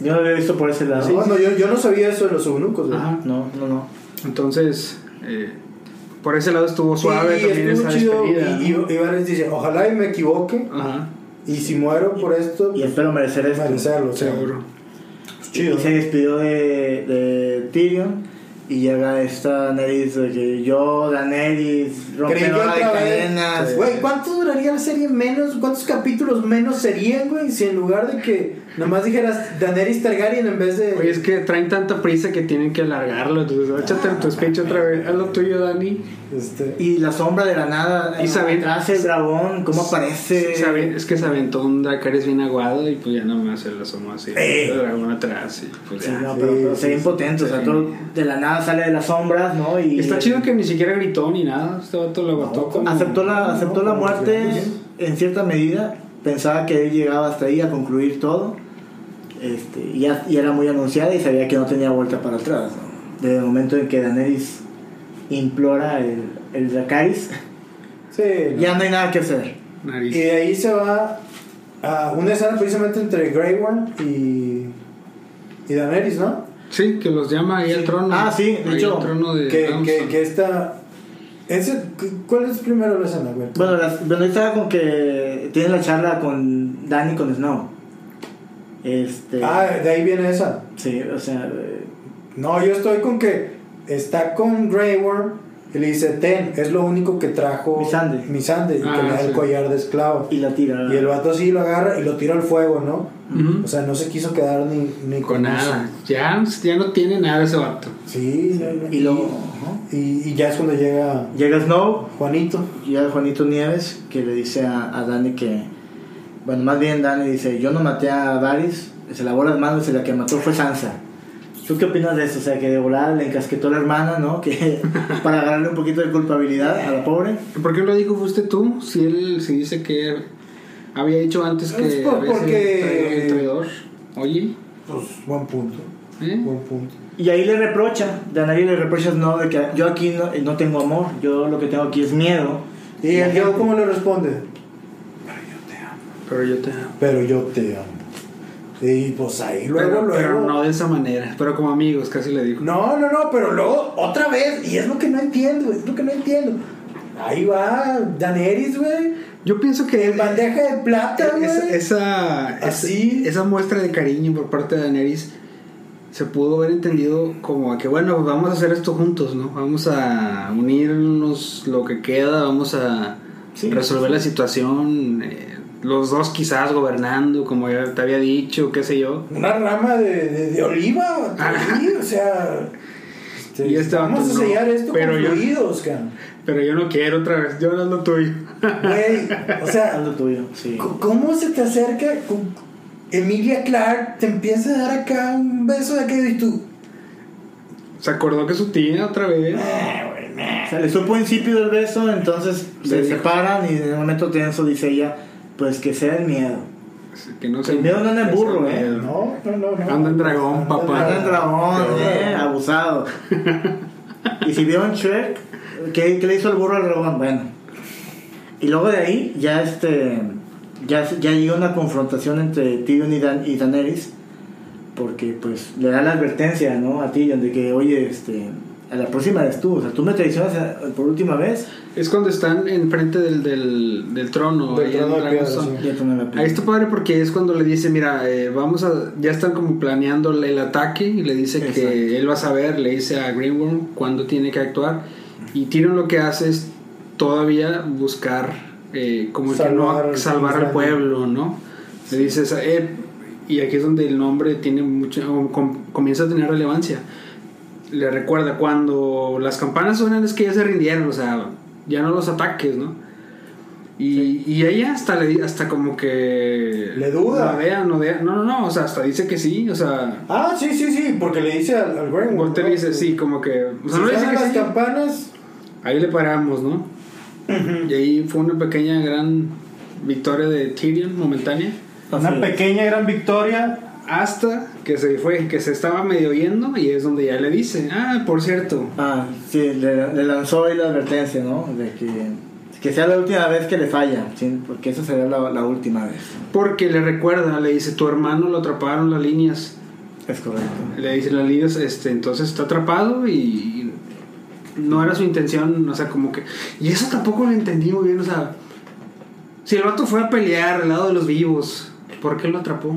[SPEAKER 3] Yo no lo había visto por ese lado.
[SPEAKER 4] No, no, Yo, yo no sabía eso de los eunucos. güey.
[SPEAKER 1] Ajá.
[SPEAKER 3] No, no, no.
[SPEAKER 1] Entonces, eh, por ese lado estuvo
[SPEAKER 4] Sí,
[SPEAKER 1] suave también
[SPEAKER 4] estuvo
[SPEAKER 1] esa
[SPEAKER 4] chido.
[SPEAKER 1] despedida.
[SPEAKER 4] Y,
[SPEAKER 1] ¿no?
[SPEAKER 4] y, y Varys dice: Ojalá y me equivoque.
[SPEAKER 1] Ajá,
[SPEAKER 4] Y si muero por esto,
[SPEAKER 3] Y espero merecer esto.
[SPEAKER 4] merecerlo. o sea,
[SPEAKER 1] seguro.
[SPEAKER 4] pues,
[SPEAKER 3] Y
[SPEAKER 4] chido.
[SPEAKER 3] se despidió de, de Tyrion. Y llega esta Daenerys de que yo, Daenerys,
[SPEAKER 4] Creí que
[SPEAKER 3] rompedora de
[SPEAKER 4] otra vez-
[SPEAKER 3] cadenas.
[SPEAKER 4] Güey, ¿cuántos
[SPEAKER 5] duraría la serie menos? ¿Cuántos capítulos menos serían, güey? Si en lugar de que nomás dijeras Daenerys Targaryen en vez de.
[SPEAKER 1] Oye, es que traen tanta prisa que tienen que alargarlo. Entonces, échate tu speech otra vez. Haz lo tuyo, Dani.
[SPEAKER 2] Este,
[SPEAKER 3] Y la sombra de la nada.
[SPEAKER 1] Y
[SPEAKER 3] eh,
[SPEAKER 1] saben-
[SPEAKER 3] atrás el dragón, cómo aparece.
[SPEAKER 1] Se aven- es que se aventó un Dracarys bien aguado y pues ya no me hace el asomo así.
[SPEAKER 3] Eh.
[SPEAKER 1] El dragón atrás y pues
[SPEAKER 3] Sí,
[SPEAKER 1] ya.
[SPEAKER 3] no, pero, pero
[SPEAKER 2] sí,
[SPEAKER 3] se ve impotente, o sea, todo de la nada sale de las sombras, ¿no? Y
[SPEAKER 1] Está chido que ni siquiera gritó ni nada. Este vato lo aguantó como.
[SPEAKER 3] aceptó la, aceptó la
[SPEAKER 2] No,
[SPEAKER 3] muerte
[SPEAKER 2] sí.
[SPEAKER 3] en cierta medida, pensaba que él llegaba hasta ahí a concluir todo, este, y, ya- y era muy anunciada y sabía que no tenía vuelta para atrás, ¿no? Desde el momento en que Daenerys implora el, el Dracarys,
[SPEAKER 2] sí,
[SPEAKER 3] ya no hay nada que hacer.
[SPEAKER 1] Nariz.
[SPEAKER 2] Y de ahí se va a una escena precisamente entre Grey Worm y, y Daenerys, ¿no?
[SPEAKER 1] Sí, que los llama ahí al trono.
[SPEAKER 3] Ah, sí, de
[SPEAKER 1] Ahí al
[SPEAKER 3] hecho,
[SPEAKER 1] trono de
[SPEAKER 2] Que, que,
[SPEAKER 1] Ramsay.
[SPEAKER 2] que esta... ese- cu- ¿Cuál es primero la escena, güey?
[SPEAKER 3] Bueno, las, bueno, estaba con que tiene la charla con Dani con Snow. Este,
[SPEAKER 2] Ah, de ahí viene esa.
[SPEAKER 3] sí, o sea, eh,
[SPEAKER 2] No, yo estoy con que está con Grey Worm y le dice, ten, es lo único que trajo
[SPEAKER 3] Missandei.
[SPEAKER 2] Missandei", y
[SPEAKER 1] Ah,
[SPEAKER 2] que le da
[SPEAKER 1] sí.
[SPEAKER 2] el collar de esclavo.
[SPEAKER 3] y la tira.
[SPEAKER 2] Y el vato así lo agarra y lo tira al fuego, ¿no?
[SPEAKER 1] Ujú.
[SPEAKER 2] O sea, no se quiso quedar ni, ni
[SPEAKER 1] Con
[SPEAKER 2] eso.
[SPEAKER 1] nada. Ya, ya no tiene nada ese vato.
[SPEAKER 2] Sí, no, no.
[SPEAKER 3] Y luego
[SPEAKER 2] Y- y ya es cuando llega
[SPEAKER 3] llega Snow,
[SPEAKER 2] Juanito.
[SPEAKER 3] llega Juanito Nieves, que le dice a, a Dani que, bueno, más bien Dani dice, yo no maté a Varys, se lavó las manos y la que mató fue Sansa. ¿Tú qué opinas de eso? O sea, que de volada le encasquetó a la hermana, ¿no? Que para agarrarle un poquito de culpabilidad a la pobre.
[SPEAKER 1] ¿Por qué lo dijo fuiste tú? Si él si dice que había dicho antes que
[SPEAKER 2] Es por-
[SPEAKER 1] había sido
[SPEAKER 2] porque-
[SPEAKER 1] traidor, el traidor. Oye,
[SPEAKER 2] Pues buen punto.
[SPEAKER 1] ¿eh?
[SPEAKER 2] Buen punto.
[SPEAKER 3] Y ahí le reprocha, Dani le reprocha a Snow de que yo aquí no, eh, no tengo amor, yo lo que tengo aquí es miedo.
[SPEAKER 2] ¿Y el Diego cómo le responde?
[SPEAKER 1] pero yo te amo.
[SPEAKER 2] Pero yo te amo. Y pues ahí luego,
[SPEAKER 1] Pero,
[SPEAKER 2] luego.
[SPEAKER 1] pero no de esa manera, pero como amigos, casi le dijo.
[SPEAKER 2] no, no, no, pero luego otra vez. Y es lo que no entiendo, güey, es lo que no entiendo. Ahí va Daneris, güey.
[SPEAKER 1] Yo pienso que
[SPEAKER 2] En bandeja de plata, güey.
[SPEAKER 1] esa, esa,
[SPEAKER 2] Así.
[SPEAKER 1] esa muestra de cariño por parte de Daenerys se pudo haber entendido como que bueno, pues vamos a hacer esto juntos, ¿no? Vamos a unirnos lo que queda, vamos a
[SPEAKER 3] Sí.
[SPEAKER 1] resolver la situación, eh, los dos quizás gobernando, como ya te había dicho, qué sé yo.
[SPEAKER 2] Una rama de, de, de oliva.
[SPEAKER 1] Ah.
[SPEAKER 2] sí, o sea. este,
[SPEAKER 1] Y este vato
[SPEAKER 2] vamos a
[SPEAKER 1] no,
[SPEAKER 2] sellar esto
[SPEAKER 1] pero
[SPEAKER 2] con
[SPEAKER 1] yo-
[SPEAKER 2] fluidos, cabrón.
[SPEAKER 1] Pero yo no quiero otra vez, yo no es lo tuyo.
[SPEAKER 2] Güey, o sea,
[SPEAKER 3] Haz lo tuyo, sí.
[SPEAKER 2] C- ¿Cómo se te acerca con Emilia Clark? Te empieza a dar acá un beso de aquello y tú.
[SPEAKER 1] Se acordó que su tía otra vez.
[SPEAKER 2] "Eh,
[SPEAKER 3] O sea, le supo insípido el beso, entonces
[SPEAKER 1] Le
[SPEAKER 3] se
[SPEAKER 1] dijo.
[SPEAKER 3] separan y en un momento tenso dice ella, pues que sea el miedo.
[SPEAKER 1] Que no se
[SPEAKER 3] El miedo no anda en burro,
[SPEAKER 1] que se-
[SPEAKER 3] eh.
[SPEAKER 2] No, no, no, no.
[SPEAKER 1] Anda en dragón,
[SPEAKER 2] Anda en
[SPEAKER 1] papá.
[SPEAKER 2] dragón.
[SPEAKER 3] Anda el dragón,
[SPEAKER 2] Pero-
[SPEAKER 3] eh, abusado. y si vieron Shrek, ¿qué, qué le hizo el burro al dragón? Bueno. Y luego de ahí ya este ya, ya llega una confrontación entre Tyrion y, Dan, y Daenerys porque pues le da la advertencia, ¿no? a Tyrion de que oye, este a la próxima eres tú, o sea, tú me traicionas eh, por última vez
[SPEAKER 1] Es cuando están enfrente del, del, del trono.
[SPEAKER 2] Del
[SPEAKER 1] ahí en
[SPEAKER 2] trono de piedra,
[SPEAKER 1] Dragonstone.
[SPEAKER 2] sí.
[SPEAKER 3] Ya tomé la pila.
[SPEAKER 1] Ahí está padre porque es cuando le dice, mira, eh, vamos a, ya están como planeando el- el ataque y le dice
[SPEAKER 3] Exacto.
[SPEAKER 1] que él va a saber, le dice a Green Worm cuándo tiene que actuar y Tyrion lo que hace es todavía buscar eh, como el que no-
[SPEAKER 2] Salvar al
[SPEAKER 1] salvar al
[SPEAKER 2] Kingslayer.
[SPEAKER 1] pueblo, ¿no? Le dice, esa- eh, y aquí es donde el nombre tiene mucho, o com- comienza a tener relevancia. Le recuerda, cuando las campanas suenan es que ya se rindieron, o sea, ya no los ataques, ¿no? Y, y ella hasta le di- hasta como que
[SPEAKER 2] Le duda.
[SPEAKER 1] Nodea, nodea. No, no, no, o sea, hasta dice que sí, o sea,
[SPEAKER 2] Ah, sí, sí, sí, porque le dice al, al Grey
[SPEAKER 1] vos te
[SPEAKER 2] ¿no?
[SPEAKER 1] dice sí, como que, o
[SPEAKER 2] Si
[SPEAKER 1] sea, no le dice
[SPEAKER 2] suenan
[SPEAKER 1] que
[SPEAKER 2] las
[SPEAKER 1] sí.
[SPEAKER 2] campanas.
[SPEAKER 1] Ahí le paramos, ¿no? Y ahí fue una pequeña gran victoria de Tyrion momentánea
[SPEAKER 3] Así
[SPEAKER 5] Una
[SPEAKER 3] es.
[SPEAKER 5] pequeña gran victoria.
[SPEAKER 1] hasta que se fue, que se estaba medio yendo y es donde ya le dice, "Ah, por cierto,
[SPEAKER 3] Ah, sí, le, le lanzó ahí la advertencia, ¿no? De que, que sea la última vez que le falla, ¿sí? porque esa será la, la última vez.
[SPEAKER 1] porque le recuerda, le dice, "Tu hermano lo atraparon las líneas."
[SPEAKER 3] Es correcto.
[SPEAKER 1] Le dice las líneas, este, entonces está atrapado y no era su intención, o sea, como que... Y eso tampoco lo entendí muy bien, o sea... Si el vato fue a pelear al lado de los vivos, ¿por qué lo atrapó?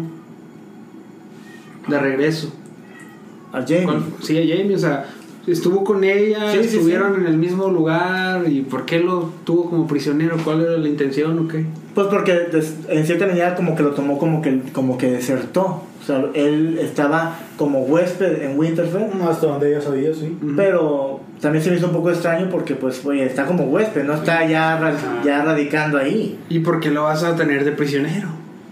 [SPEAKER 1] De regreso.
[SPEAKER 3] A Jamie.
[SPEAKER 1] ¿Cuál- Sí, a Jamie, o sea, estuvo con ella,
[SPEAKER 3] Sí, sí,
[SPEAKER 1] estuvieron en el mismo lugar y por qué lo tuvo como prisionero, cuál era la intención o qué.
[SPEAKER 3] Pues porque des- en cierta medida como que lo tomó como que, como que desertó. O sea, él estaba como huésped en Winterfell,
[SPEAKER 2] Hasta donde yo sabía, sí.
[SPEAKER 1] Ujú.
[SPEAKER 3] pero también se me hizo un poco extraño porque pues oye, está como huésped, no está ya, ra- ya radicando ahí.
[SPEAKER 1] ¿Y por qué lo vas a tener de prisionero?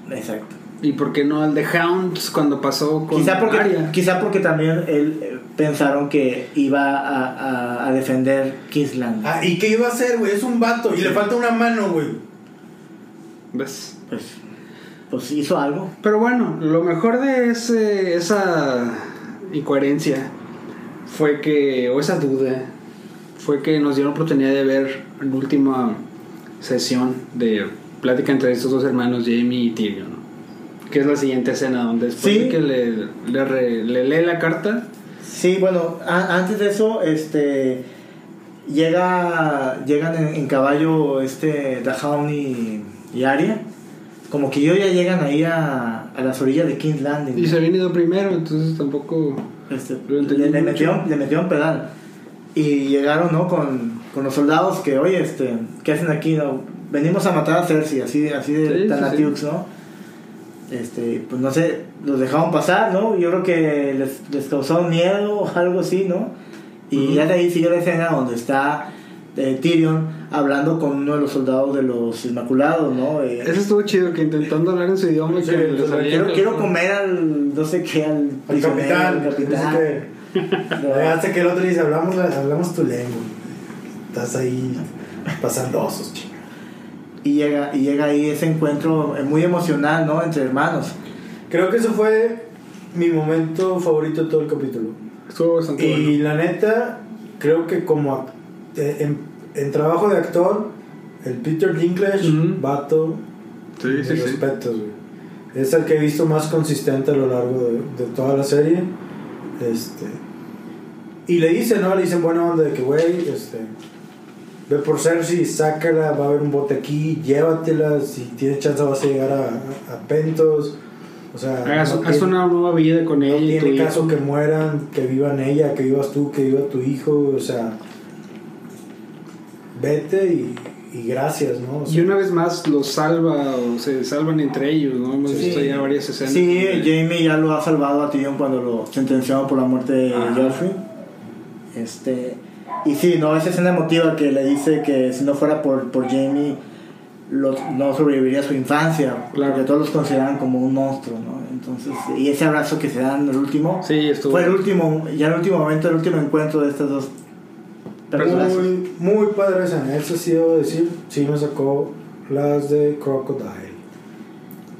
[SPEAKER 3] Exacto.
[SPEAKER 1] ¿Y por qué no al de Hound cuando pasó con
[SPEAKER 3] Quizá porque,
[SPEAKER 1] Arya?
[SPEAKER 3] quizá porque también él eh, pensaron que iba a, a- a defender Kingsland.
[SPEAKER 6] Ah, ¿Y qué iba a hacer, güey? Es un vato y le falta una mano, güey.
[SPEAKER 1] ¿Ves?
[SPEAKER 3] Pues, pues hizo algo.
[SPEAKER 1] Pero bueno, lo mejor de ese, esa incoherencia fue que, o esa duda, fue que nos dieron oportunidad de ver la última sesión de plática entre estos dos hermanos, Jamie y Tyrion, ¿no? que es la siguiente escena donde después
[SPEAKER 3] Sí.
[SPEAKER 1] de que le, le re- le lee la carta,
[SPEAKER 3] Sí, bueno, a- antes de eso, este llega llegan en, en caballo este Dahaun y, y Arya. Como que yo ya llegan ahí a, a las orillas de King's Landing.
[SPEAKER 1] y se habían ido primero, entonces tampoco...
[SPEAKER 3] Este,
[SPEAKER 1] Lo entendí
[SPEAKER 3] le, le
[SPEAKER 1] mucho.
[SPEAKER 3] metieron, le metieron pedal. Y llegaron, ¿no? Con, con los soldados que, oye, este, ¿qué hacen aquí? No? Venimos a matar a Cersei, así, así de
[SPEAKER 1] Sí,
[SPEAKER 3] tan
[SPEAKER 1] sí,
[SPEAKER 3] Latiux, ¿no? Este, pues no sé, los dejaron pasar, ¿no? Yo creo que les, les causaron miedo o algo así, ¿no? Y
[SPEAKER 1] Ujú.
[SPEAKER 3] ya de ahí sigue la escena donde está eh, Tyrion hablando con uno de los soldados de los Inmaculados, ¿no? Eh,
[SPEAKER 1] Eso estuvo chido, que intentando hablar en su idioma...
[SPEAKER 2] Sí,
[SPEAKER 1] que
[SPEAKER 2] o
[SPEAKER 1] le
[SPEAKER 2] sea,
[SPEAKER 1] salía
[SPEAKER 3] quiero,
[SPEAKER 1] el-
[SPEAKER 3] quiero comer al, no sé qué, al
[SPEAKER 2] Al
[SPEAKER 3] prisionero,
[SPEAKER 2] capitán.
[SPEAKER 3] al capitán.
[SPEAKER 2] Dice
[SPEAKER 3] ¿no?
[SPEAKER 2] que- Hasta que el otro dice, hablamos, la- hablamos tu lengua. Estás ahí pasando osos, chico.
[SPEAKER 3] Y llega, y llega ahí ese encuentro eh, muy emocional, ¿no? Entre hermanos.
[SPEAKER 2] Creo que eso fue mi momento favorito de todo el capítulo.
[SPEAKER 1] Estuvo bastante
[SPEAKER 2] Y
[SPEAKER 1] bueno.
[SPEAKER 2] la neta, creo que como ac- eh, en, en trabajo de actor, el Peter Dinklage,
[SPEAKER 1] Ujú.
[SPEAKER 2] vato,
[SPEAKER 1] Sí, sí,
[SPEAKER 2] mis
[SPEAKER 1] sí.
[SPEAKER 2] respetos, güey. Es el que he visto más consistente a lo largo de, de toda la serie. Este. Y le dicen, ¿no? Le dicen buena onda de que, güey, este. Ve por Cersei, sácala, va a haber un bote aquí, llévatela, si tienes chance vas a llegar a, a- a Pentos. O sea,
[SPEAKER 1] Haz,
[SPEAKER 2] no
[SPEAKER 1] haz
[SPEAKER 2] tiene-
[SPEAKER 1] una nueva vida con
[SPEAKER 2] no
[SPEAKER 1] ella y tu
[SPEAKER 2] tiene
[SPEAKER 1] hijo.
[SPEAKER 2] caso que mueran, que vivan ella, que vivas tú, que viva tu hijo, o sea, vete y, y gracias, ¿no? O sea,
[SPEAKER 1] Y una vez más los salva o se salvan entre ellos, ¿no? Hemos
[SPEAKER 2] Sí.
[SPEAKER 1] visto ya varias escenas.
[SPEAKER 3] Sí,
[SPEAKER 1] donde-
[SPEAKER 3] Jamie ya lo ha salvado a Tyrion cuando lo sentenciaron por la muerte de
[SPEAKER 1] Ajá.
[SPEAKER 3] Joffrey. Este, y sí, ¿no? Esa escena emotiva que le dice que si no fuera por, por Jamie lo- no sobreviviría a su infancia.
[SPEAKER 1] Claro.
[SPEAKER 3] Porque todos los consideran como un monstruo, ¿no? Entonces, y ese abrazo que se dan el último.
[SPEAKER 1] Sí, estuvo.
[SPEAKER 3] Fue el último, ya el último momento, el último encuentro de estas dos personas.
[SPEAKER 2] muy, muy padre esa, eso sí debo decir, sí me sacó las de Crocodile.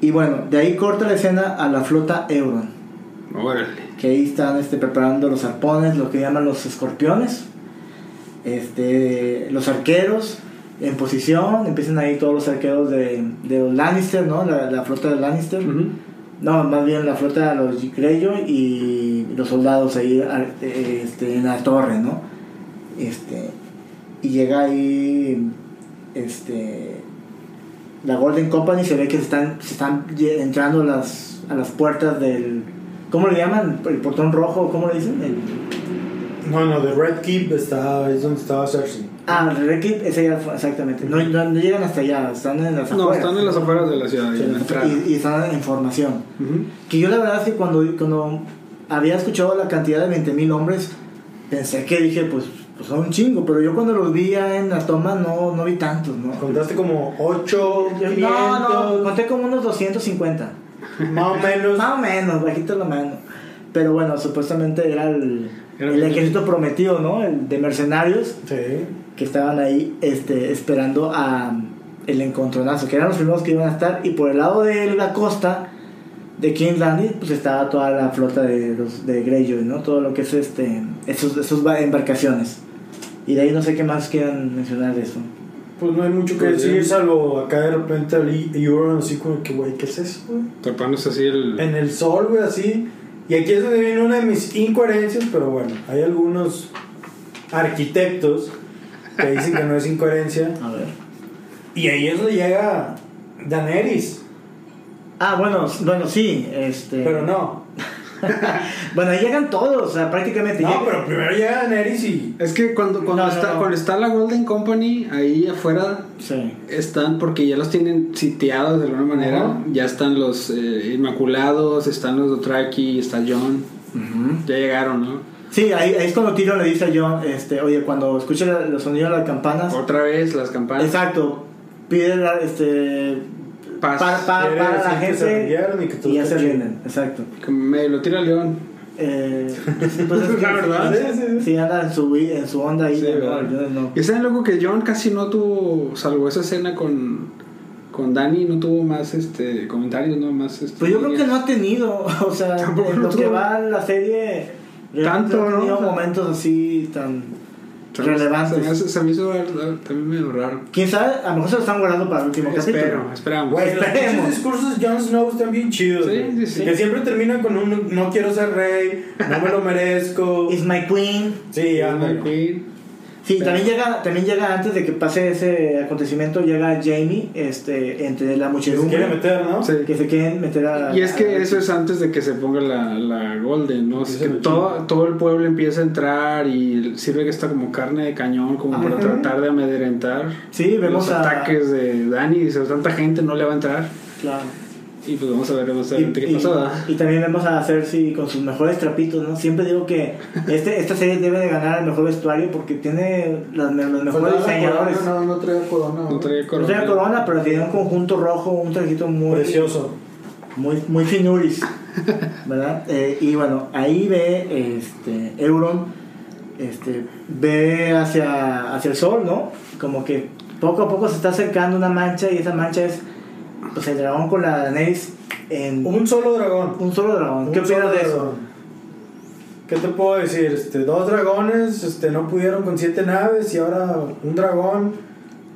[SPEAKER 3] Y bueno, de ahí corta la escena a la flota Euron.
[SPEAKER 1] Órale.
[SPEAKER 3] que ahí están este, preparando los arpones, lo que llaman los escorpiones, este, los arqueros en posición, empiezan ahí todos los arqueros de, de los Lannister, ¿no? La, la flota de Lannister,
[SPEAKER 1] Ujú.
[SPEAKER 3] no, más bien la flota de los Greyjoy y los soldados ahí ar- eh, este, en la torre, ¿no? Este, y llega ahí este, la Golden Company, se ve que se están, se están lle- entrando a las, a las puertas del... ¿Cómo le llaman? ¿El portón rojo? ¿Cómo le dicen? El-
[SPEAKER 2] No, no, de Red Keep está, es donde estaba Cersei.
[SPEAKER 3] ah, el Red Keep, ese ya fue- exactamente. No, no- no llegan hasta allá, están en las
[SPEAKER 1] No,
[SPEAKER 3] afueras.
[SPEAKER 1] están en las afueras de la ciudad, y en la entrada.
[SPEAKER 3] y, y están en formación.
[SPEAKER 1] Ujú.
[SPEAKER 3] Que yo la verdad es que cuando, cuando había escuchado la cantidad de 20.000 hombres, pensé que dije, pues, pues son un chingo, pero yo cuando los vi ya en la toma no, no vi tantos, ¿no?
[SPEAKER 2] Contaste como 8,
[SPEAKER 3] No, no, conté como unos 250.
[SPEAKER 2] más o menos.
[SPEAKER 3] Más o menos, bajito la mano. Pero bueno, supuestamente era el,
[SPEAKER 1] Era
[SPEAKER 3] el
[SPEAKER 1] el-
[SPEAKER 3] ejército prometido, ¿no? El de mercenarios
[SPEAKER 2] Sí.
[SPEAKER 3] que estaban ahí este, esperando a el encontronazo, que eran los primeros que iban a estar, y por el lado de la costa de King's Landing, pues estaba toda la flota de los de Greyjoy, ¿no? Todo lo que es este esos, esos ba- embarcaciones. Y de ahí no sé qué más quieran mencionar de eso.
[SPEAKER 2] Pues no hay mucho que
[SPEAKER 1] Pues,
[SPEAKER 2] decir,
[SPEAKER 1] sí.
[SPEAKER 2] salvo acá de repente al Euron así como que, güey, ¿qué es eso, güey?
[SPEAKER 1] Tapándose así el.
[SPEAKER 2] en el sol, güey, así. Y aquí es donde viene una de mis incoherencias, pero bueno, hay algunos arquitectos que dicen que no es incoherencia.
[SPEAKER 3] A ver.
[SPEAKER 2] Y ahí es donde llega Daenerys,
[SPEAKER 3] Ah, bueno, s- bueno, sí, este
[SPEAKER 2] pero no.
[SPEAKER 3] bueno, ahí llegan todos, o sea, prácticamente.
[SPEAKER 2] No,
[SPEAKER 3] llegan-
[SPEAKER 2] pero primero llega Daenerys y.
[SPEAKER 1] Es que cuando, cuando,
[SPEAKER 3] No, no,
[SPEAKER 1] está,
[SPEAKER 3] no.
[SPEAKER 1] cuando está la Golden Company ahí afuera,
[SPEAKER 3] Sí.
[SPEAKER 1] están porque ya los tienen sitiados de alguna manera.
[SPEAKER 2] Ajá.
[SPEAKER 1] Ya están los eh, Inmaculados, están los Dothraki, está John. Ya llegaron, ¿no?
[SPEAKER 3] Sí, ahí, ahí es cuando Tyrion le dice a John, este, oye, cuando escuche la- los sonidos de las campanas,
[SPEAKER 1] Otra vez las campanas.
[SPEAKER 3] exacto, pide la, este,
[SPEAKER 1] Paz.
[SPEAKER 3] para, para,
[SPEAKER 2] quiere
[SPEAKER 3] para la
[SPEAKER 2] decir que se
[SPEAKER 3] gente
[SPEAKER 2] rindieron y que todo
[SPEAKER 3] y ya se
[SPEAKER 2] está chido.
[SPEAKER 3] rinden, exacto.
[SPEAKER 1] Que Me lo tira León.
[SPEAKER 3] Eh, pues es que-
[SPEAKER 1] La verdad,
[SPEAKER 2] sí, sí, sí.
[SPEAKER 3] sí, anda en su, en su onda ahí,
[SPEAKER 1] Sí,
[SPEAKER 3] de-
[SPEAKER 1] ¿verdad?
[SPEAKER 3] yo no.
[SPEAKER 1] Y saben loco que John casi no tuvo, salvo esa escena con, con Dani, no tuvo más este comentarios, no más este,
[SPEAKER 3] Pues yo creo que
[SPEAKER 1] líneas.
[SPEAKER 3] no ha tenido, o sea,
[SPEAKER 1] Tampoco
[SPEAKER 3] en lo que
[SPEAKER 1] tuvo.
[SPEAKER 3] va la serie, realmente
[SPEAKER 1] Tanto,
[SPEAKER 3] ha tenido
[SPEAKER 1] ¿no? O sea,
[SPEAKER 3] momentos así tan
[SPEAKER 1] Se me- Se me,
[SPEAKER 3] relevantes.
[SPEAKER 1] hace- se me hizo ver- también medio raro.
[SPEAKER 3] Quién sabe, a lo mejor se lo están guardando para el último
[SPEAKER 1] Espero,
[SPEAKER 3] capítulo.
[SPEAKER 1] esperamos.
[SPEAKER 2] Güey, los
[SPEAKER 3] Esperemos.
[SPEAKER 2] pinches discursos de Jon Snow están bien chidos.
[SPEAKER 1] Sí, sí,
[SPEAKER 2] güey.
[SPEAKER 1] sí.
[SPEAKER 2] Que siempre terminan con un no quiero ser rey, no me lo merezco.
[SPEAKER 3] Is my queen.
[SPEAKER 2] sí,
[SPEAKER 1] Ay,
[SPEAKER 2] ándale.
[SPEAKER 1] Queen.
[SPEAKER 3] Sí,
[SPEAKER 1] Pero-
[SPEAKER 3] también llega, también llega antes de que pase ese acontecimiento, llega Jamie, este, entre la
[SPEAKER 2] Que se quiere
[SPEAKER 3] muchedumbre
[SPEAKER 2] meter, ¿no?
[SPEAKER 1] Sí.
[SPEAKER 3] que se quieren meter a.
[SPEAKER 1] Y es que
[SPEAKER 3] a-
[SPEAKER 1] eso es antes de que se ponga la, la Golden, ¿no? Es que todo, todo el pueblo empieza a entrar y sirve que está como carne de cañón, como para
[SPEAKER 3] Ajá.
[SPEAKER 1] tratar de amedrentar.
[SPEAKER 3] Sí, vemos
[SPEAKER 1] los
[SPEAKER 3] a-
[SPEAKER 1] ataques de Dani, dice, tanta gente no le va a entrar.
[SPEAKER 3] Claro.
[SPEAKER 1] Y pues vamos a ver más
[SPEAKER 3] Y,
[SPEAKER 1] adelante qué
[SPEAKER 3] y-
[SPEAKER 1] pasó. ¿verdad?
[SPEAKER 3] y también vemos a Cersei con sus mejores trapitos, ¿no? Siempre digo que este, esta serie debe de ganar el mejor vestuario porque tiene las, me- los
[SPEAKER 2] Pues no,
[SPEAKER 3] mejores
[SPEAKER 2] la
[SPEAKER 3] diseñadores.
[SPEAKER 2] corona, No, no traía corona.
[SPEAKER 1] No
[SPEAKER 2] güey.
[SPEAKER 1] traía
[SPEAKER 3] No
[SPEAKER 1] corona.
[SPEAKER 3] tenía corona, pero tenía un conjunto rojo, un trajito muy.
[SPEAKER 2] Precioso.
[SPEAKER 3] muy, muy finuris, ¿verdad? Eh, y bueno, ahí ve este, Euron, este, ve hacia, hacia el sol, ¿no? Como que poco a poco se está acercando una mancha y esa mancha es pues, el dragón con la Daenerys en un,
[SPEAKER 2] Un solo dragón.
[SPEAKER 3] solo dragón. ¿Qué
[SPEAKER 2] Un solo
[SPEAKER 3] opinas de eso?
[SPEAKER 2] dragón. ¿Qué te puedo decir? Este, dos dragones este, no pudieron con siete naves y ahora un dragón,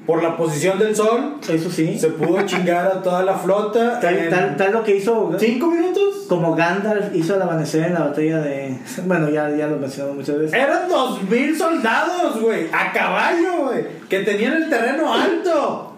[SPEAKER 2] por la posición del sol,
[SPEAKER 3] Eso sí.
[SPEAKER 2] se pudo chingar a toda la flota.
[SPEAKER 3] Tal,
[SPEAKER 2] en
[SPEAKER 3] tal, tal lo que hizo
[SPEAKER 2] ¿Cinco minutos?
[SPEAKER 3] como Gandalf hizo al amanecer en la batalla de... Bueno, ya, ya lo mencionamos muchas veces.
[SPEAKER 2] Eran dos mil soldados, güey, a caballo, güey, que tenían el terreno alto.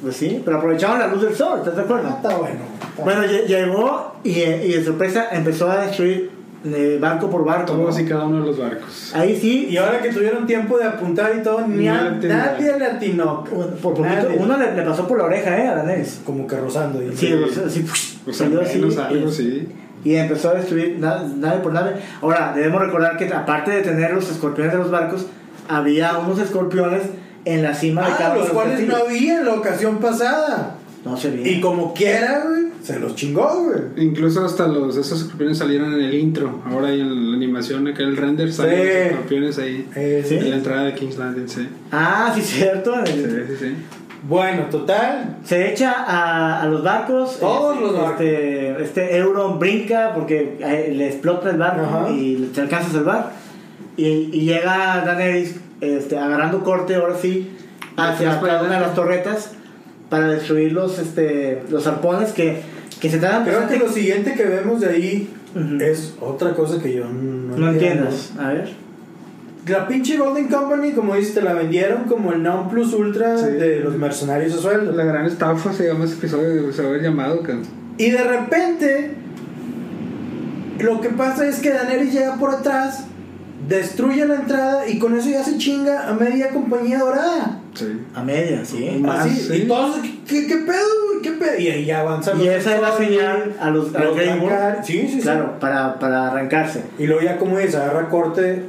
[SPEAKER 3] Pues sí, pero aprovecharon la luz del sol, ¿estás de acuerdo?
[SPEAKER 2] Está bueno. está
[SPEAKER 3] Bueno, lle- llegó y, eh, y de sorpresa empezó a destruir eh, barco por barco. ¿no?
[SPEAKER 1] Todos y cada uno de los barcos.
[SPEAKER 3] Ahí sí,
[SPEAKER 2] Y ahora que tuvieron tiempo de apuntar y todo, ni
[SPEAKER 1] No
[SPEAKER 2] a-
[SPEAKER 1] le atinó.
[SPEAKER 2] nadie le atinó.
[SPEAKER 3] bueno, por poquito,
[SPEAKER 2] Nadie.
[SPEAKER 3] uno le, le pasó por la oreja, ¿eh? A Danés.
[SPEAKER 2] Como que rozando. ahí.
[SPEAKER 3] Sí,
[SPEAKER 1] Sí.
[SPEAKER 3] o sea, así, ¡fush!
[SPEAKER 1] O sea,
[SPEAKER 3] salió así,
[SPEAKER 1] menos algo,
[SPEAKER 3] eh,
[SPEAKER 1] sí.
[SPEAKER 3] Y empezó a destruir na- nave por nave. Ahora, debemos recordar que aparte de tener los escorpiones de los barcos, había unos escorpiones en la cima de
[SPEAKER 2] Ah,
[SPEAKER 3] cada uno
[SPEAKER 2] los
[SPEAKER 3] de
[SPEAKER 2] cuales no
[SPEAKER 3] castillos.
[SPEAKER 2] había en la ocasión pasada.
[SPEAKER 3] No se veía.
[SPEAKER 2] Y como quiera, güey, se los chingó, güey.
[SPEAKER 1] Incluso hasta los esos escorpiones salieron en el intro. Ahora hay en la animación, acá el render, salen
[SPEAKER 2] Sí.
[SPEAKER 1] los escorpiones ahí.
[SPEAKER 2] Eh,
[SPEAKER 3] Sí.
[SPEAKER 1] En la entrada de King's Landing, sí.
[SPEAKER 3] Ah, sí, cierto.
[SPEAKER 1] Sí, sí, sí.
[SPEAKER 2] Bueno, total.
[SPEAKER 3] Se echa a, a los barcos.
[SPEAKER 2] Todos
[SPEAKER 3] este,
[SPEAKER 2] los barcos.
[SPEAKER 3] Este, este Euron brinca porque eh, le explota el barco
[SPEAKER 2] Ajá.
[SPEAKER 3] y te alcanza a salvar. Y, y llega Daenerys este, agarrando corte, ahora sí, hacia
[SPEAKER 1] Detrás para
[SPEAKER 3] cada una de
[SPEAKER 1] adelante.
[SPEAKER 3] las torretas para destruir los, este, los arpones que, que se tardan
[SPEAKER 2] Creo que
[SPEAKER 3] bastante-
[SPEAKER 2] lo siguiente que vemos de ahí
[SPEAKER 3] Ujú.
[SPEAKER 2] es otra cosa que yo no,
[SPEAKER 3] No
[SPEAKER 2] entiendo.
[SPEAKER 3] entiendas. A ver.
[SPEAKER 2] La pinche Golden Company, como dices, te la vendieron como el non plus ultra
[SPEAKER 1] Sí.
[SPEAKER 2] de los mercenarios a sueldo.
[SPEAKER 1] Pues, La gran estafa se llama ese episodio, se haber llamado. que-
[SPEAKER 2] Y de repente, lo que pasa es que Daenerys llega por atrás, destruye la entrada y con eso ya se chinga a media compañía dorada.
[SPEAKER 1] Sí.
[SPEAKER 3] A media, sí.
[SPEAKER 1] Ah,
[SPEAKER 2] Así,
[SPEAKER 1] sí.
[SPEAKER 2] y todos, ¿qué, qué pedo, güey? ¿Qué pedo? Y ahí ya avanzan.
[SPEAKER 3] Y
[SPEAKER 2] los-
[SPEAKER 3] esa es la señal a los, a los
[SPEAKER 2] Los
[SPEAKER 3] Grey Worm,
[SPEAKER 2] Drakkar, sí, sí, sí.
[SPEAKER 3] Claro, para, para arrancarse.
[SPEAKER 2] Y luego ya como dice, agarra corte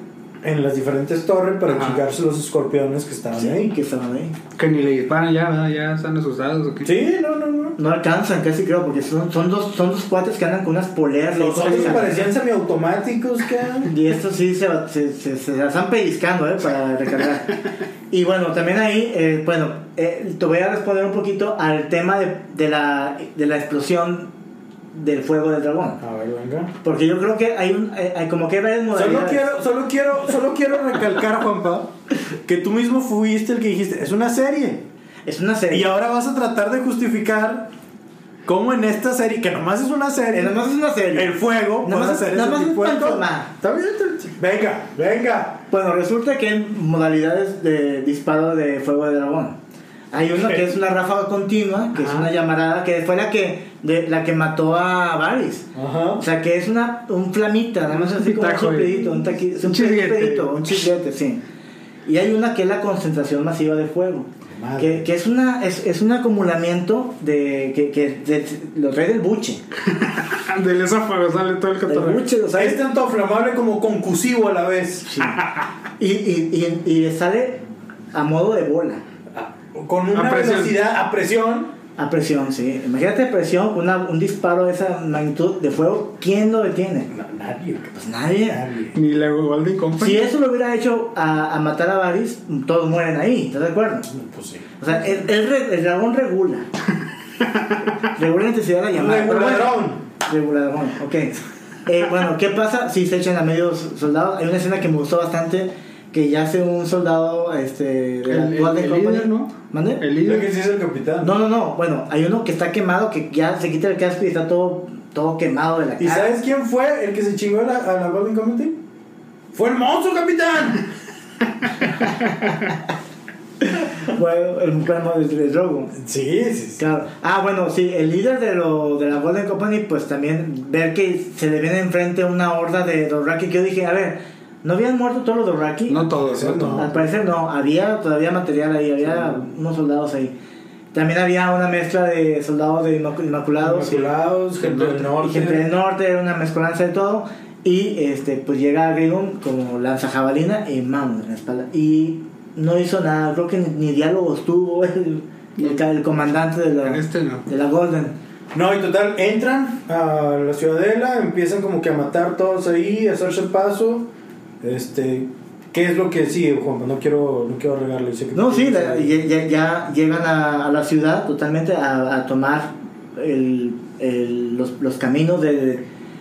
[SPEAKER 2] en las diferentes torres para
[SPEAKER 1] Ajá.
[SPEAKER 2] chingarse los escorpiones que estaban
[SPEAKER 3] Sí,
[SPEAKER 2] ahí.
[SPEAKER 3] que estaban ahí.
[SPEAKER 1] Que ni le disparan ya, ¿verdad? Ya están asustados. ¿o qué?
[SPEAKER 2] Sí, no, no, no.
[SPEAKER 3] No alcanzan, casi creo, porque son, son dos son dos cuates que andan con unas poleas.
[SPEAKER 2] Los
[SPEAKER 3] locas.
[SPEAKER 2] otros parecían semiautomáticos, cabrón.
[SPEAKER 3] Y estos sí se, se, se, se la están pellizcando, ¿eh? Para recargar. y bueno, también ahí, eh, bueno, eh, te voy a responder un poquito al tema de, de, la, de la explosión del fuego del dragón.
[SPEAKER 2] A ver, venga.
[SPEAKER 3] Porque yo creo que hay, un, eh, hay como que hay varias
[SPEAKER 2] Solo
[SPEAKER 3] modalidades.
[SPEAKER 2] quiero, solo quiero, solo quiero recalcar, Juanpa, que tú mismo fuiste el que dijiste, es una serie.
[SPEAKER 3] Es una serie.
[SPEAKER 2] Y ahora vas a tratar de justificar cómo en esta serie, que nomás es una serie,
[SPEAKER 3] Eh, nomás es una serie.
[SPEAKER 2] el fuego,
[SPEAKER 3] Nomás
[SPEAKER 2] van a
[SPEAKER 3] es-
[SPEAKER 2] hacer
[SPEAKER 3] nomás
[SPEAKER 2] ese
[SPEAKER 3] es
[SPEAKER 2] tipo de
[SPEAKER 3] para
[SPEAKER 2] cosas.
[SPEAKER 3] informar.
[SPEAKER 2] Está bien, está bien. Venga, venga.
[SPEAKER 3] Bueno, resulta que hay modalidades de disparo de fuego de dragón. Hay uno que es una ráfaga continua, que es
[SPEAKER 2] Ajá.
[SPEAKER 3] una llamarada, que fue la que, de, la que mató a Varys.
[SPEAKER 4] Ajá.
[SPEAKER 3] O sea, que es una, un flamita, nada más así como un
[SPEAKER 1] Pitaco, eh.
[SPEAKER 3] soplidito, un, taqui-
[SPEAKER 1] Un
[SPEAKER 3] un
[SPEAKER 1] chisguete.
[SPEAKER 3] chispedito, un chispete, sí. Y hay una que es la concentración masiva de fuego.
[SPEAKER 2] Ah.
[SPEAKER 4] Madre.
[SPEAKER 3] Que, que es, una, es, es un acumulamiento de que, que de- los reyes del buche.
[SPEAKER 1] Del esófago sale todo el
[SPEAKER 3] Del
[SPEAKER 1] cotorreo.
[SPEAKER 3] buche, o sea,
[SPEAKER 2] Es tanto aflamable como concusivo a la vez.
[SPEAKER 3] sí. y, y, y, y sale a modo de bola,
[SPEAKER 2] Con una
[SPEAKER 1] A presión.
[SPEAKER 2] velocidad a presión.
[SPEAKER 3] a presión, sí. Imagínate presión, una, un disparo de esa magnitud de fuego, ¿quién lo detiene?
[SPEAKER 2] nadie.
[SPEAKER 3] Pues nadie.
[SPEAKER 1] Ni la Walden Company.
[SPEAKER 3] Si eso lo hubiera hecho a, a matar a Varys, todos mueren ahí, ¿estás de acuerdo?
[SPEAKER 2] Pues sí.
[SPEAKER 3] O sea, el, el re- el dragón regula. regula la intensidad de la llamada.
[SPEAKER 2] Reguladrón.
[SPEAKER 3] Reguladrón, ok. Eh, bueno, ¿qué pasa si se echan a medio soldados? Hay una escena que me gustó bastante que ya hace un soldado este, de la
[SPEAKER 1] El-
[SPEAKER 3] actual de
[SPEAKER 1] el
[SPEAKER 3] Company.
[SPEAKER 1] líder, ¿no?
[SPEAKER 3] ¿Mande?
[SPEAKER 1] El
[SPEAKER 2] ¿eh? Creo
[SPEAKER 1] líder.
[SPEAKER 2] que sí es el capitán.
[SPEAKER 3] No, no, no. Bueno, hay uno que está quemado, que ya se quita el casco y está todo, todo quemado de la cara.
[SPEAKER 2] ¿Y sabes quién fue el que se chingó a la, a la Golden Committee? ¡Fue el monstruo, capitán!
[SPEAKER 3] Bueno, el enfermo del, del drogo.
[SPEAKER 4] Sí, sí, sí.
[SPEAKER 3] Claro. Ah, bueno, sí, el líder de, lo, de la Golden Company, pues también ver que se le viene enfrente una horda de Dorraki. Que yo dije, a ver, ¿no habían muerto todos los Dorraki?
[SPEAKER 1] No todos, no todos.
[SPEAKER 3] Al parecer no, había todavía material ahí, había unos soldados ahí. También había una mezcla de soldados de inmacu- inmaculados y-
[SPEAKER 2] Inmaculados, gente del norte.
[SPEAKER 3] y gente del norte, era una mezcolanza de todo. Y este, pues llega Grigum como lanza jabalina y mam en la espalda. Y no hizo nada, creo que ni, ni diálogos tuvo el, el, ca- el comandante de la,
[SPEAKER 1] En este no.
[SPEAKER 3] de la Golden.
[SPEAKER 2] No, y total, entran a la ciudadela, empiezan como que a matar todos ahí, a hacerse el paso. Este, ¿qué es lo que sí, Juan? No quiero, no quiero regarle. sé que-
[SPEAKER 3] No, sí, la- ya, ya- ya llegan a, a la ciudad totalmente a, a tomar el- el- los, los caminos de,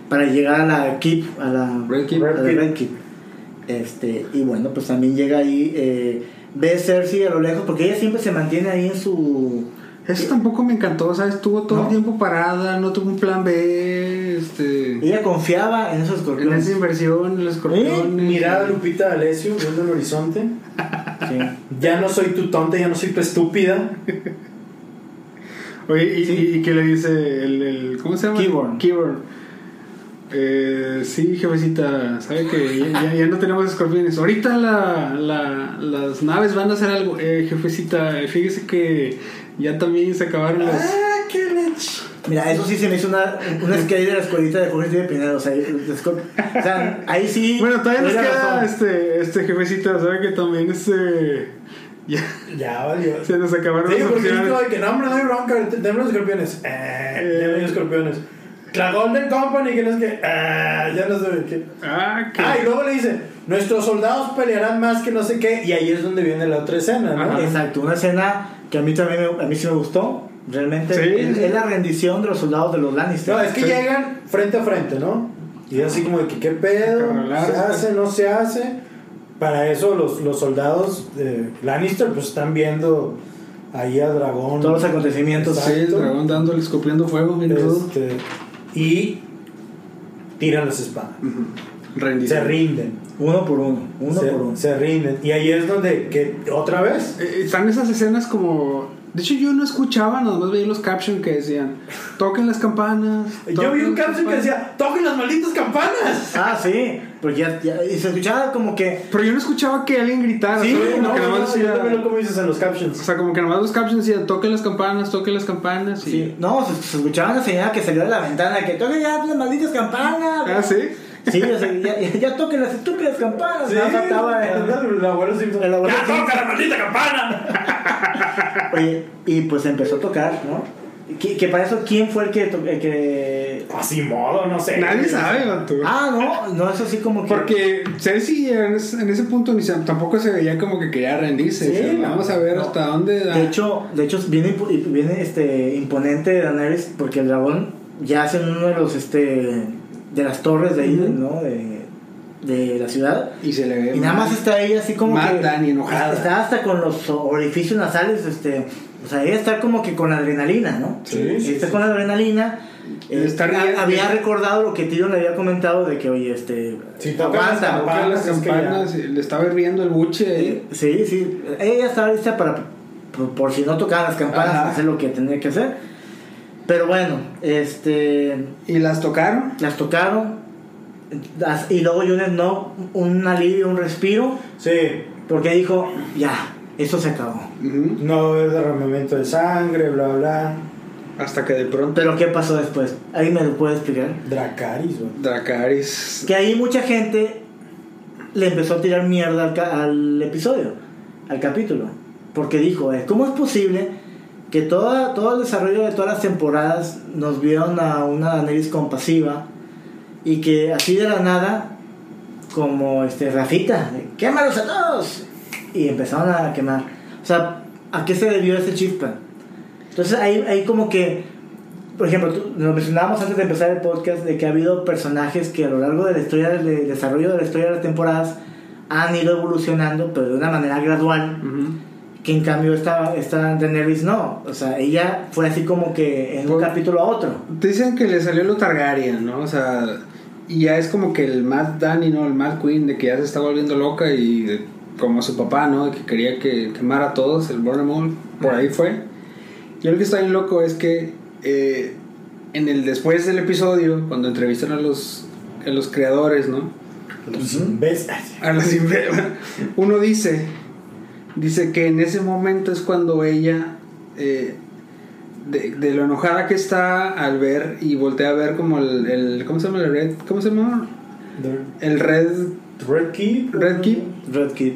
[SPEAKER 3] para llegar a la Keep, a la
[SPEAKER 1] Red Keep.
[SPEAKER 3] a la
[SPEAKER 2] Keep.
[SPEAKER 3] Red Keep. Este, y bueno, pues también llega ahí, eh, ve Cersei a lo lejos, porque ella siempre se mantiene ahí en su...
[SPEAKER 1] Eso tampoco me encantó, ¿sabes? Estuvo todo
[SPEAKER 3] No.
[SPEAKER 1] el tiempo parada, no tuvo un plan B, este...
[SPEAKER 3] Ella confiaba en esos
[SPEAKER 1] En
[SPEAKER 3] escorpiones.
[SPEAKER 1] esa inversión, en los escorpiones...
[SPEAKER 2] Mirada Lupita D'Alessio viendo el horizonte.
[SPEAKER 3] Sí.
[SPEAKER 2] Ya no soy tu tonta, ya no soy tu estúpida.
[SPEAKER 1] Oye, ¿y, y qué le dice el, el- ¿Cómo se llama?
[SPEAKER 3] Keyboard.
[SPEAKER 1] Keyboard. Eh, sí, jefecita, sabe que ya, ya- ya no tenemos escorpiones. Ahorita la, la- las naves van a hacer algo. Eh, jefecita, fíjese que ya también se acabaron los...
[SPEAKER 2] ¡Ah, qué leche!
[SPEAKER 3] Mira, eso sí se me hizo una, una escalera de la escuelita de Jorge de Pinedo. O sea, el escorp- o sea, ahí sí...
[SPEAKER 1] Bueno, todavía nos
[SPEAKER 3] tuviera
[SPEAKER 1] queda
[SPEAKER 3] razón.
[SPEAKER 1] este, este jefecita, sabe que también este... Ya
[SPEAKER 2] Ya valió.
[SPEAKER 1] se nos acabaron
[SPEAKER 2] Sí,
[SPEAKER 1] las
[SPEAKER 2] porque es
[SPEAKER 1] opciones.
[SPEAKER 2] todo de que no, hombre, no hay bronca, te- tenemos escorpiones. Eh, ya no hay escorpiones. La Golden Company, que no es que. eh, ya no sé qué.
[SPEAKER 1] Ah, qué...
[SPEAKER 2] Ah, y luego le dice: Nuestros soldados pelearán más que no sé qué. Y ahí es donde viene la otra escena, ¿no?
[SPEAKER 1] Ajá.
[SPEAKER 3] Exacto, una escena que a mí también me- a mí sí me gustó. Realmente
[SPEAKER 1] Sí,
[SPEAKER 3] es,
[SPEAKER 1] sí.
[SPEAKER 3] es la rendición de los soldados de los Lannister.
[SPEAKER 2] No, es que
[SPEAKER 1] Sí.
[SPEAKER 2] llegan frente a frente, ¿no? Y es así como de que qué pedo,
[SPEAKER 1] Acorralarse.
[SPEAKER 2] se hace, no se hace. Para eso los, los soldados de Lannister pues están viendo ahí al dragón.
[SPEAKER 3] Todos los acontecimientos.
[SPEAKER 1] Sí, el
[SPEAKER 2] Exacto.
[SPEAKER 1] dragón dándole, escupiendo fuego, miren todo.
[SPEAKER 2] Este, y tiran las espadas.
[SPEAKER 1] Ujú. Rendición.
[SPEAKER 2] Se rinden.
[SPEAKER 3] Uno por uno, uno
[SPEAKER 2] se,
[SPEAKER 3] por uno.
[SPEAKER 2] se rinden. Y ahí es donde, que otra vez,
[SPEAKER 1] Eh, Están esas escenas como. De hecho, yo no escuchaba, nada más veía los captions que decían: toquen las campanas.
[SPEAKER 2] yo vi un
[SPEAKER 1] caption
[SPEAKER 2] caption que decía, toquen las malditas campanas.
[SPEAKER 3] Ah, sí, porque ya, ya- y se escuchaba como que.
[SPEAKER 1] Pero yo no escuchaba que alguien gritara.
[SPEAKER 2] Sí,
[SPEAKER 1] ¿sabes? Como
[SPEAKER 2] no,
[SPEAKER 1] que
[SPEAKER 2] no,
[SPEAKER 1] nada más
[SPEAKER 2] yo
[SPEAKER 1] decía-
[SPEAKER 2] Ah, también lo como dices en los
[SPEAKER 1] O
[SPEAKER 2] captions.
[SPEAKER 1] sea, como que nada más los captions decían: toquen las campanas, toquen las campanas. Y...
[SPEAKER 3] sí, No, se, se escuchaba una señal que salió de la ventana que toque ya las malditas campanas.
[SPEAKER 1] Ah, sí.
[SPEAKER 3] Sí, o sea, ya, ya, ya toquen las estúpidas campanas.
[SPEAKER 2] Sí,
[SPEAKER 3] Nada más estaba eh. el-
[SPEAKER 2] el abuelo Simpson.
[SPEAKER 3] el abuelo
[SPEAKER 2] ¡Ya
[SPEAKER 3] Simpson.
[SPEAKER 2] toca la maldita campana!
[SPEAKER 3] Oye, y pues empezó a tocar, ¿no? Que, que para eso, ¿quién fue el que, to- el que.?
[SPEAKER 2] Así modo, no sé.
[SPEAKER 1] Nadie
[SPEAKER 2] eh.
[SPEAKER 1] sabe, vato.
[SPEAKER 3] Ah, no, no es así como que.
[SPEAKER 1] Porque Cersei en ese, en ese punto ni se- tampoco se veía como que quería rendirse.
[SPEAKER 2] Sí,
[SPEAKER 1] O sea,
[SPEAKER 2] no,
[SPEAKER 1] vamos a ver
[SPEAKER 3] no.
[SPEAKER 1] hasta dónde. da.
[SPEAKER 3] De hecho, de hecho viene, impo- viene este, imponente de Daenerys porque el dragón ya es en uno de los este de las torres de ahí,
[SPEAKER 1] Ujú.
[SPEAKER 3] ¿no? De, de la ciudad.
[SPEAKER 1] y se le ve.
[SPEAKER 3] Y nada más está ella así como
[SPEAKER 1] Mad
[SPEAKER 3] que
[SPEAKER 1] Dani enojada.
[SPEAKER 3] Está hasta con los orificios nasales, este, o sea, ella está como que con la adrenalina, ¿no?
[SPEAKER 2] Sí, sí,
[SPEAKER 3] está con la adrenalina.
[SPEAKER 1] Y
[SPEAKER 3] eh,
[SPEAKER 1] está
[SPEAKER 3] ha-
[SPEAKER 1] riendo.
[SPEAKER 3] había recordado lo que Tyrion le había comentado de que, oye, este,
[SPEAKER 2] Sí, toca las
[SPEAKER 3] aguanta,
[SPEAKER 2] campanas.
[SPEAKER 1] Toquen las
[SPEAKER 2] es que
[SPEAKER 1] campanas, le estaba hirviendo el buche ahí.
[SPEAKER 3] Sí, sí. Ella estaba lista para por, por si no tocaban las campanas,
[SPEAKER 4] Ajá.
[SPEAKER 3] hacer lo que tenía que hacer. Pero bueno, este
[SPEAKER 4] ¿Y las tocaron?
[SPEAKER 3] las tocaron las- y luego Junet no un alivio, un respiro,
[SPEAKER 2] Sí,
[SPEAKER 3] porque dijo, ya, esto se acabó.
[SPEAKER 1] Ujú.
[SPEAKER 2] no va a haber derramamiento de sangre, bla, bla.
[SPEAKER 1] Hasta que de pronto
[SPEAKER 3] Pero ¿qué pasó después? ¿Ahí me lo puede explicar?
[SPEAKER 2] Dracaris, güey.
[SPEAKER 1] Dracaris.
[SPEAKER 3] Que ahí mucha gente le empezó a tirar mierda al, ca- al episodio, al capítulo. Porque dijo, eh, ¿cómo es posible que toda, todo el desarrollo de todas las temporadas nos vieron a una Daenerys compasiva y que así de la nada, como este Rafita, de, quémalos a todos! Y empezaron a quemar. O sea, ¿a qué se debió ese chispa? Entonces ahí, ahí como que por ejemplo, tú- lo mencionábamos antes de empezar el podcast de que ha habido personajes que a lo largo de la historia del desarrollo de la historia de las temporadas han ido evolucionando, pero de una manera gradual,
[SPEAKER 1] Ujú.
[SPEAKER 3] que en cambio esta, esta Daenerys no. O sea, ella fue así como que en un
[SPEAKER 1] Por-
[SPEAKER 3] capítulo a otro.
[SPEAKER 1] Dicen que le salió lo Targaryen, ¿no? O sea, y ya es como que el Mad Danny, ¿no? El Mad Queen, de que ya se está volviendo loca y de- como su papá, ¿no? Que quería que quemara a todos, el Bornemol, por ahí fue. Yo lo que está bien loco es que eh, en el después del episodio, cuando entrevistan a los, a los creadores, ¿no?
[SPEAKER 2] Los imbéciles.
[SPEAKER 1] A los inve- uno dice, dice que en ese momento es cuando ella, eh, de, de lo enojada que está al ver y voltea a ver como el, el- ¿cómo se llama el red? ¿Cómo se llama?
[SPEAKER 2] The
[SPEAKER 1] El red,
[SPEAKER 2] Red Keep.
[SPEAKER 1] red keep,
[SPEAKER 3] Red Keep.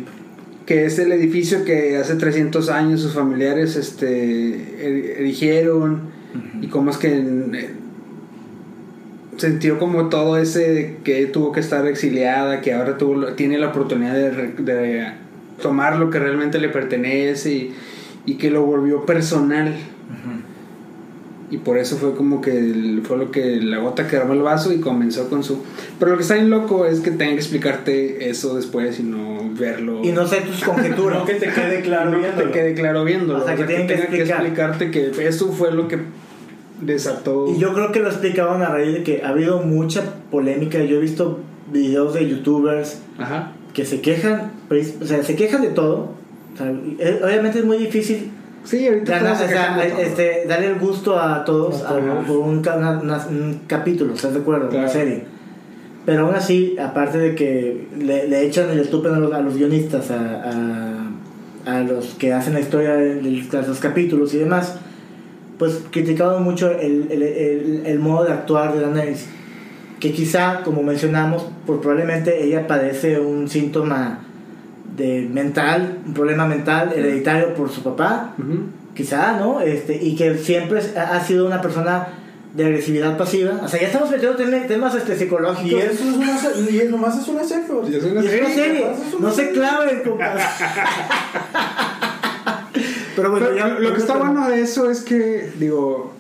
[SPEAKER 1] que es el edificio que hace 300 años sus familiares este, er- erigieron y cómo es que eh, sintió como todo ese de que tuvo que estar exiliada, que ahora tuvo, lo- tiene la oportunidad de, re- de tomar lo que realmente le pertenece y, y que lo volvió personal. Y por eso fue como que el- fue lo que la gota que derramó el vaso y comenzó con su... Pero lo que está bien loco es que tenga que explicarte eso después y no verlo.
[SPEAKER 3] Y no sé tus
[SPEAKER 2] No
[SPEAKER 3] conjeturas.
[SPEAKER 2] que te quede claro
[SPEAKER 1] No que
[SPEAKER 2] viéndolo.
[SPEAKER 1] te quede claro viéndolo.
[SPEAKER 3] O sea, que tienen que
[SPEAKER 1] tenga
[SPEAKER 3] explicar.
[SPEAKER 1] explicarte que eso fue lo que desató.
[SPEAKER 3] Y yo creo que lo explicaban a raíz de que ha habido mucha polémica. Yo he visto videos de youtubers
[SPEAKER 1] Ajá.
[SPEAKER 3] que se quejan, pues, o sea, se quejan de todo. O sea, eh, obviamente es muy difícil
[SPEAKER 1] Sí, ahorita
[SPEAKER 3] Ganas,
[SPEAKER 1] estamos
[SPEAKER 3] o sea,
[SPEAKER 1] quejando de todo.
[SPEAKER 3] este, darle el gusto a todos
[SPEAKER 2] A
[SPEAKER 3] a-
[SPEAKER 2] todos.
[SPEAKER 3] por un, ca- una- una- un capítulo, ¿estás de acuerdo?
[SPEAKER 1] Claro.
[SPEAKER 3] Una serie. Pero aún así, aparte de que le, le echan el estupen a los, a los guionistas, a, a- a los que hacen la historia de, de los capítulos y demás, pues criticaban mucho el, el- el- el modo de actuar de Daenerys. Que quizá, como mencionamos, pues probablemente ella padece un síntoma de mental, un problema mental hereditario por su papá
[SPEAKER 1] Ujú.
[SPEAKER 3] quizá, ¿no? Este, y que siempre ha ha sido una persona de agresividad pasiva. O sea, ya estamos metiendo tem- temas este,
[SPEAKER 2] Y
[SPEAKER 3] psicológicos.
[SPEAKER 2] eso es una se- y es- nomás es una serie. güey.
[SPEAKER 1] Y es una
[SPEAKER 3] Y es una
[SPEAKER 1] serie.
[SPEAKER 3] serie.
[SPEAKER 2] capaz, es una
[SPEAKER 3] No se
[SPEAKER 2] serie.
[SPEAKER 3] claven, compadre. Pero bueno,
[SPEAKER 1] Pero
[SPEAKER 3] ya-
[SPEAKER 1] lo que está
[SPEAKER 3] pero-
[SPEAKER 1] bueno de eso es que, digo,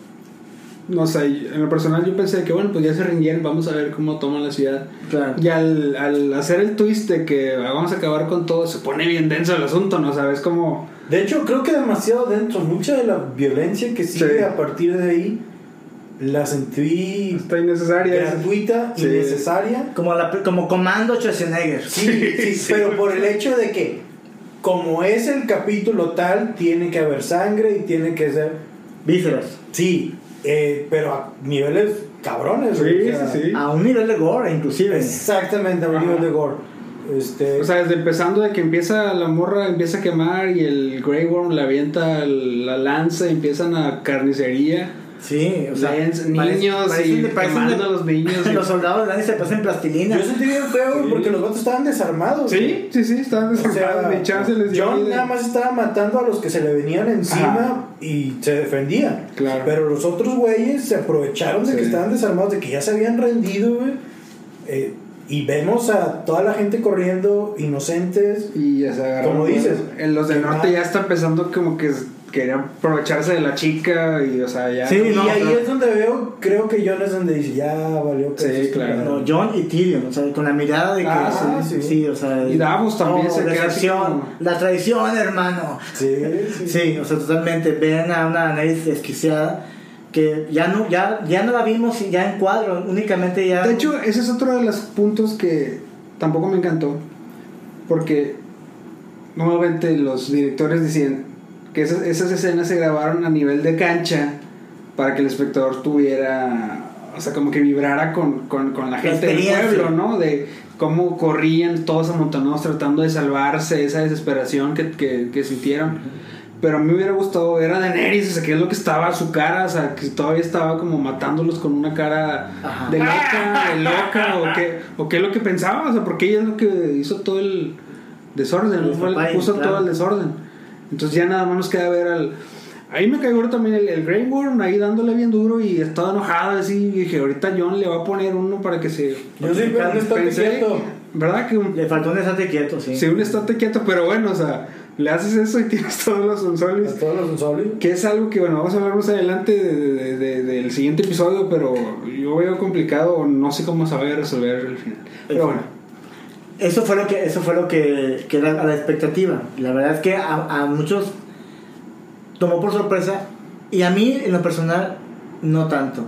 [SPEAKER 1] no sé, en lo personal yo pensé que, bueno, pues ya se rindieron, vamos a ver cómo toman la ciudad.
[SPEAKER 3] Claro.
[SPEAKER 1] Y al, al hacer el twist de que ah, vamos a acabar con todo, se pone bien denso el asunto, ¿no? Sabes como...
[SPEAKER 2] De hecho, creo que demasiado dentro. Mucha de la violencia que sigue
[SPEAKER 1] Sí.
[SPEAKER 2] a partir de ahí la sentí
[SPEAKER 1] Está innecesaria.
[SPEAKER 2] gratuita,
[SPEAKER 1] Sí.
[SPEAKER 2] innecesaria.
[SPEAKER 3] Como, la, pe- como Comando Schwarzenegger.
[SPEAKER 2] Sí, sí, pero por el hecho de que, como es el capítulo tal, tiene que haber sangre y tiene que ser.
[SPEAKER 3] Vísceras.
[SPEAKER 2] Sí, eh, pero a niveles cabrones. güey,
[SPEAKER 1] Sí,
[SPEAKER 2] o sea,
[SPEAKER 1] sí, sí.
[SPEAKER 3] A un nivel de gore, inclusive.
[SPEAKER 2] Exactamente, a un nivel de gore. Este,
[SPEAKER 1] O sea, desde empezando de que empieza la morra, empieza a quemar y el Grey Worm le avienta la lanza y empiezan a carnicería.
[SPEAKER 3] Sí, o sea.
[SPEAKER 1] Lance,
[SPEAKER 3] parece-
[SPEAKER 1] niños
[SPEAKER 3] parecen
[SPEAKER 1] y
[SPEAKER 3] de- parecen
[SPEAKER 1] quemando
[SPEAKER 3] de-
[SPEAKER 1] a los niños.
[SPEAKER 3] Los soldados de nadie se pasan plastilina.
[SPEAKER 2] yo sentí bien feo güey,
[SPEAKER 1] Sí.
[SPEAKER 2] porque los vatos estaban desarmados. güey.
[SPEAKER 1] Sí, sí, sí, estaban
[SPEAKER 2] O sea,
[SPEAKER 1] desarmados. Ni chance les dio
[SPEAKER 2] John
[SPEAKER 1] vida.
[SPEAKER 2] nada más estaba matando a los que se le venían encima
[SPEAKER 1] Ajá.
[SPEAKER 2] y se defendía.
[SPEAKER 1] Claro.
[SPEAKER 2] Pero los otros güeyes se aprovecharon de
[SPEAKER 1] Sí.
[SPEAKER 2] que estaban desarmados, de que ya se habían rendido, güey. Eh, y vemos a toda la gente corriendo, inocentes.
[SPEAKER 1] Y ya se agarraron.
[SPEAKER 2] Como dices,
[SPEAKER 1] En los del
[SPEAKER 2] quemar.
[SPEAKER 1] norte ya está empezando como que s- querían aprovecharse de la chica y, o sea, ya.
[SPEAKER 3] Sí,
[SPEAKER 2] y
[SPEAKER 3] no,
[SPEAKER 2] ahí
[SPEAKER 3] claro.
[SPEAKER 2] es donde veo, creo que John es donde dice, ya valió que
[SPEAKER 1] Sí,
[SPEAKER 2] esto
[SPEAKER 1] claro.
[SPEAKER 2] está
[SPEAKER 3] No,
[SPEAKER 2] mal".
[SPEAKER 3] John y Tyrion, o sea, con la mirada de que.
[SPEAKER 1] Ah,
[SPEAKER 3] sí,
[SPEAKER 2] sí.
[SPEAKER 3] sí, o sea.
[SPEAKER 1] Y Davos también
[SPEAKER 3] no,
[SPEAKER 1] se queda así
[SPEAKER 3] decepción,
[SPEAKER 1] como-
[SPEAKER 3] La traición, hermano.
[SPEAKER 2] Sí, sí.
[SPEAKER 3] Sí, o sea, totalmente. Ven a una nariz desquiciada que ya no, ya, ya no la vimos y ya en cuadro, únicamente ya.
[SPEAKER 1] De hecho, ese es otro de los puntos que tampoco me encantó. Porque nuevamente los directores decían que esas, esas escenas se grabaron a nivel de cancha para que el espectador tuviera, o sea, como que vibrara con, con, con la gente del
[SPEAKER 3] experiencia.
[SPEAKER 1] pueblo, ¿no? De cómo corrían todos amontonados tratando de salvarse, esa desesperación que, que, que sintieron. Pero a mí me hubiera gustado ver a Daenerys, o sea, que es lo que estaba a su cara, o sea, que todavía estaba como matándolos con una cara
[SPEAKER 3] Ajá.
[SPEAKER 1] de loca, de loca, o qué, o qué es lo que pensaba, o sea, porque ella es lo que hizo todo el desorden,
[SPEAKER 3] El
[SPEAKER 1] fue la que
[SPEAKER 3] despapalle,
[SPEAKER 1] puso
[SPEAKER 3] claro.
[SPEAKER 1] todo el desorden. Entonces ya nada más nos queda ver al... Ahí me cayó también el, el Grey Worm, ahí dándole bien duro y estaba enojado así, y dije, ahorita John le va a poner uno para que se...
[SPEAKER 2] Yo sí, pero no está
[SPEAKER 1] Pensé-
[SPEAKER 2] quieto.
[SPEAKER 1] ¿Verdad que un
[SPEAKER 3] Le faltó un estate quieto, sí.
[SPEAKER 1] Sí, un estate quieto, pero bueno, o sea, le haces eso y tienes todos los
[SPEAKER 2] A
[SPEAKER 1] sonsoles.
[SPEAKER 2] todos los unsables.
[SPEAKER 1] Que es algo que, bueno, vamos a hablar más adelante de- de- de- del siguiente episodio, pero yo veo complicado, no sé cómo saber resolver el final. Pero bueno,
[SPEAKER 3] Eso fue lo que, eso fue lo que, que era a la expectativa. La verdad es que a, a muchos tomó por sorpresa y a mí en lo personal no tanto.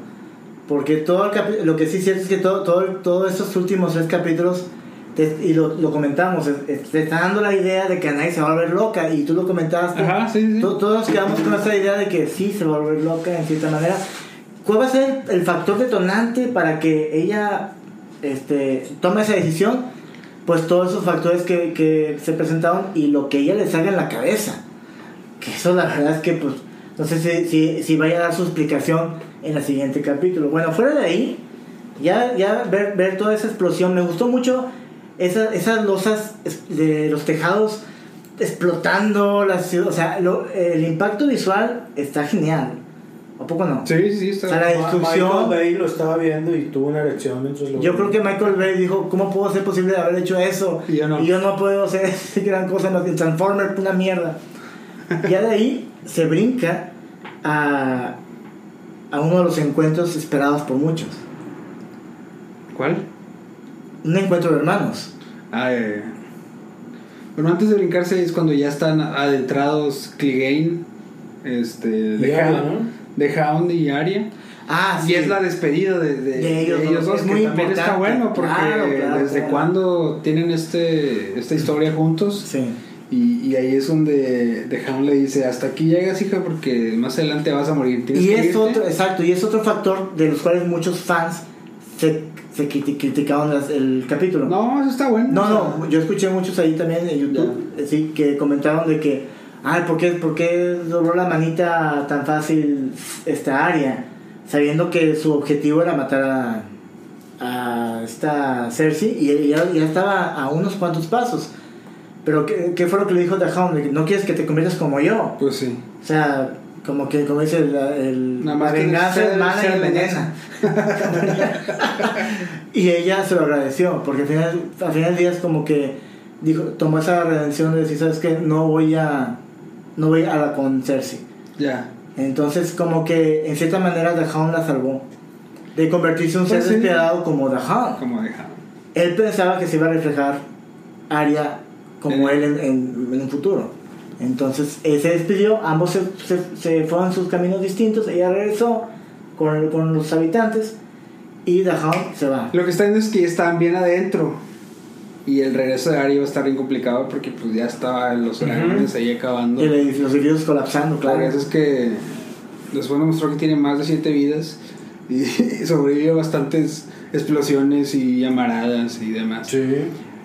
[SPEAKER 3] Porque todo el capi- lo que sí es cierto es que todo, todo, todos estos últimos tres capítulos, te- y lo, lo comentamos, es- es- te está dando la idea de que Anaí se va a volver loca y tú lo comentaste.
[SPEAKER 1] ajá, sí, sí.
[SPEAKER 3] To- Todos quedamos con esa idea de que sí, se va a volver loca en cierta manera. ¿Cuál va a ser el factor detonante para que ella este, tome esa decisión? Pues todos esos factores que, que se presentaron y lo que ella le salga en la cabeza. Que eso la verdad es que pues no sé si, si, si vaya a dar su explicación en el siguiente capítulo. Bueno, fuera de ahí, ya, ya ver, ver toda esa explosión, me gustó mucho esa- esas losas es- de los tejados explotando la ciudad. O sea, lo- el impacto visual está genial. ¿A poco no?
[SPEAKER 1] Sí, sí,
[SPEAKER 3] O
[SPEAKER 1] está.
[SPEAKER 3] sea, la
[SPEAKER 2] Ma- Michael
[SPEAKER 3] destrucción.
[SPEAKER 2] Bay lo estaba viendo y tuvo una erección mientras lo
[SPEAKER 3] Yo creo
[SPEAKER 2] veía.
[SPEAKER 3] que Michael Bay dijo, ¿cómo puedo ser posible de haber hecho eso?
[SPEAKER 1] Y yo no.
[SPEAKER 3] Y yo no puedo hacer gran cosa más que Transformer, una mierda. Ya de ahí se brinca a, a uno de los encuentros esperados por muchos.
[SPEAKER 1] ¿Cuál?
[SPEAKER 3] Un encuentro de hermanos.
[SPEAKER 1] Ah, eh. Bueno, antes de brincarse es cuando ya están adentrados Clegane, este, de,
[SPEAKER 2] Y Arya,
[SPEAKER 1] Hound,
[SPEAKER 2] ¿no?
[SPEAKER 1] de Hound y Arya.
[SPEAKER 3] Ah, sí.
[SPEAKER 1] Y es la despedida de, de-
[SPEAKER 3] De ellos
[SPEAKER 1] de
[SPEAKER 3] dos,
[SPEAKER 1] ellos dos,
[SPEAKER 3] es
[SPEAKER 1] que
[SPEAKER 3] muy
[SPEAKER 1] también está
[SPEAKER 3] importante.
[SPEAKER 1] bueno porque
[SPEAKER 3] Claro, claro,
[SPEAKER 1] desde
[SPEAKER 3] claro.
[SPEAKER 1] cuando tienen este esta historia juntos
[SPEAKER 3] Sí.
[SPEAKER 1] y, y ahí es donde de Hound le dice hasta aquí llegas hija porque más adelante vas a morir tienes
[SPEAKER 3] Y
[SPEAKER 1] que
[SPEAKER 3] es
[SPEAKER 1] irte".
[SPEAKER 3] otro, exacto, y es otro factor de los cuales muchos fans se, se criti- criticaron las- el capítulo.
[SPEAKER 1] no eso está bueno
[SPEAKER 3] no,
[SPEAKER 1] o sea,
[SPEAKER 3] no, yo escuché muchos ahí también en YouTube, eh, sí, que comentaron de que, ay, ¿por qué, por qué dobló la manita tan fácil esta área? Sabiendo que su objetivo era matar a, a esta Cersei y ya, ya estaba a unos cuantos pasos. Pero, ¿qué, qué fue lo que le dijo The Hound? De que, No quieres que te conviertas como yo.
[SPEAKER 1] pues sí
[SPEAKER 3] O sea, como que, como dice el, el-
[SPEAKER 1] Nada más
[SPEAKER 3] la
[SPEAKER 1] que
[SPEAKER 3] venganza
[SPEAKER 1] sea-
[SPEAKER 3] es mala
[SPEAKER 1] sea
[SPEAKER 3] y envenena. y ella se lo agradeció, porque al final, al final del día es como que dijo, tomó esa redención de decir, ¿sabes qué? No voy a, no voy a la con Cersei.
[SPEAKER 1] ya
[SPEAKER 3] Entonces, como que en cierta manera The Hound la salvó. De convertirse en un
[SPEAKER 1] Pues
[SPEAKER 3] ser
[SPEAKER 1] sí.
[SPEAKER 3] despiadado como The Hound.
[SPEAKER 1] como de Hound
[SPEAKER 3] Él pensaba que se iba a reflejar Aria como
[SPEAKER 1] Eh.
[SPEAKER 3] él en, en- en un futuro. Entonces él se despidió, ambos se, se- se fueron sus caminos distintos, ella regresó con, con los habitantes y Dahoud se va.
[SPEAKER 1] lo que está viendo es que ya estaban bien adentro y el regreso de Arya iba a estar bien complicado porque pues ya estaban los dragones ahí acabando
[SPEAKER 3] Y el edificio- los edificios colapsando,
[SPEAKER 1] Por
[SPEAKER 3] claro.
[SPEAKER 1] eso es que después nos mostró que tiene más de siete vidas y sobrevive a bastantes explosiones y llamaradas y demás.
[SPEAKER 2] Sí.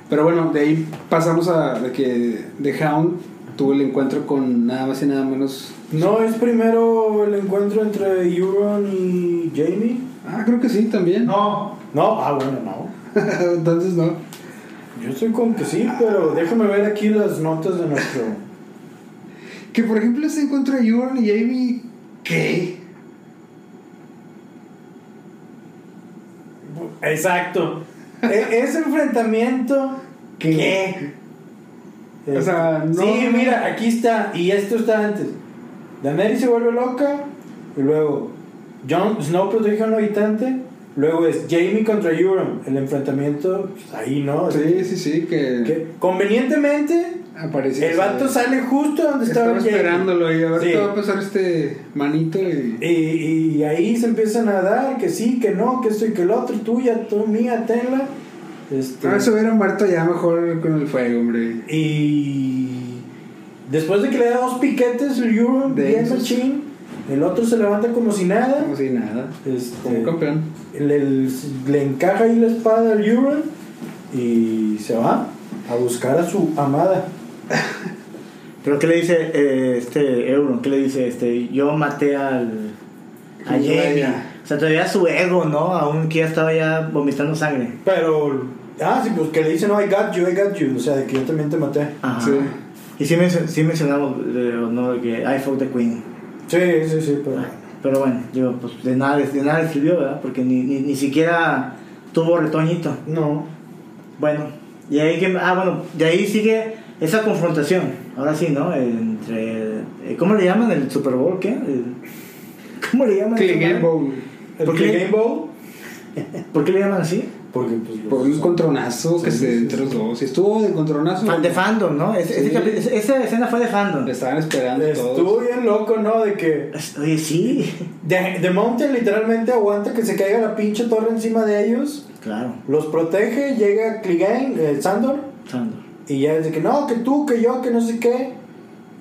[SPEAKER 1] Pero bueno, de ahí pasamos a de que The Hound tuvo el encuentro con nada más y nada menos.
[SPEAKER 2] No, es primero el encuentro entre Euron y Jamie.
[SPEAKER 1] Ah, creo que sí, también.
[SPEAKER 3] No.
[SPEAKER 2] No, ah, bueno, no.
[SPEAKER 1] Entonces no.
[SPEAKER 2] Yo estoy con que sí, pero déjame ver aquí las notas de nuestro.
[SPEAKER 1] Que por ejemplo ese encuentro de Euron y Jamie, ¿qué?
[SPEAKER 2] Exacto. E- ese enfrentamiento. ¿Qué?
[SPEAKER 1] O sea, no-
[SPEAKER 2] Sí, mira, aquí está. Y esto está antes. Daenerys se vuelve loca. Y luego. Jon Snow protege a un habitante. Luego es Jamie contra Euron. El enfrentamiento. pues, ahí, ¿no?
[SPEAKER 1] Sí, sí, sí, que,
[SPEAKER 2] Que convenientemente.
[SPEAKER 1] aparece.
[SPEAKER 2] El vato sale justo donde estaba
[SPEAKER 1] estaba
[SPEAKER 2] Jamie.
[SPEAKER 1] esperándolo y a ver
[SPEAKER 2] Sí.
[SPEAKER 1] qué va a pasar este manito y.
[SPEAKER 2] Y, y ahí se empiezan a dar que sí, que no, que esto y que el otro, tuya, tú mía, tenla. Este,
[SPEAKER 1] Ah,
[SPEAKER 7] Ah,
[SPEAKER 1] No, se hubiera muerto ya mejor con el fuego, hombre.
[SPEAKER 2] Y Después de que le da dos piquetes el Euron,
[SPEAKER 7] De
[SPEAKER 2] bien
[SPEAKER 7] esos.
[SPEAKER 2] machín, el otro se levanta como si nada.
[SPEAKER 7] Como si nada. Como
[SPEAKER 2] Este,
[SPEAKER 7] un campeón.
[SPEAKER 2] le, le encaja ahí la espada al Euron y se va a buscar a su amada.
[SPEAKER 3] Pero ¿qué le dice eh, este Euron? ¿Qué le dice este? Yo maté al. a
[SPEAKER 7] Sí,
[SPEAKER 3] Jaime.
[SPEAKER 7] vaya.
[SPEAKER 3] O sea, todavía su ego, ¿no? Aún que ya estaba ya vomitando sangre.
[SPEAKER 2] Pero, ah, sí, pues que le dice, no, I got you, I got you. O sea, de que yo también te maté.
[SPEAKER 3] Ajá.
[SPEAKER 7] Sí.
[SPEAKER 3] Y sí, mencio- sí mencionamos, eh, ¿no? Que I fuck the queen.
[SPEAKER 2] Sí, sí, sí, pero.
[SPEAKER 3] Pero bueno, digo, pues de nada, de nada le sirvió, ¿verdad? Porque ni, ni, ni siquiera tuvo retoñito.
[SPEAKER 2] No.
[SPEAKER 3] Bueno, y ahí que, ah, bueno, de ahí sigue esa confrontación. Ahora sí, ¿no? Entre, eh, ¿cómo le llaman el Super Bowl? ¿Qué? El- ¿Cómo le llaman?
[SPEAKER 7] Clean
[SPEAKER 3] esa
[SPEAKER 7] Game
[SPEAKER 3] madre?
[SPEAKER 7] Bowl.
[SPEAKER 2] El
[SPEAKER 3] ¿Por qué?
[SPEAKER 2] Game Bowl,
[SPEAKER 3] ¿Por qué le llaman así?
[SPEAKER 2] porque pues.
[SPEAKER 7] Por
[SPEAKER 2] los-
[SPEAKER 7] un encontronazo que
[SPEAKER 2] Sí,
[SPEAKER 7] se
[SPEAKER 2] sí,
[SPEAKER 7] entre los dos. Y estuvo de encontronazo.
[SPEAKER 3] Fan de fandom, ¿no? Ese- ese
[SPEAKER 7] Sí.
[SPEAKER 3] capi- ese- esa escena fue de fandom.
[SPEAKER 7] Le estaban esperando
[SPEAKER 2] Estuvo
[SPEAKER 7] todos.
[SPEAKER 2] bien loco, ¿no? De que.
[SPEAKER 3] Oye, sí.
[SPEAKER 2] The, The Mountain literalmente aguanta que se caiga la pinche torre encima de ellos.
[SPEAKER 3] Claro,
[SPEAKER 2] Los protege, llega Clegane, eh, Sandor,
[SPEAKER 3] Sandor.
[SPEAKER 2] y ya dice que no, que tú, que yo, que no sé qué.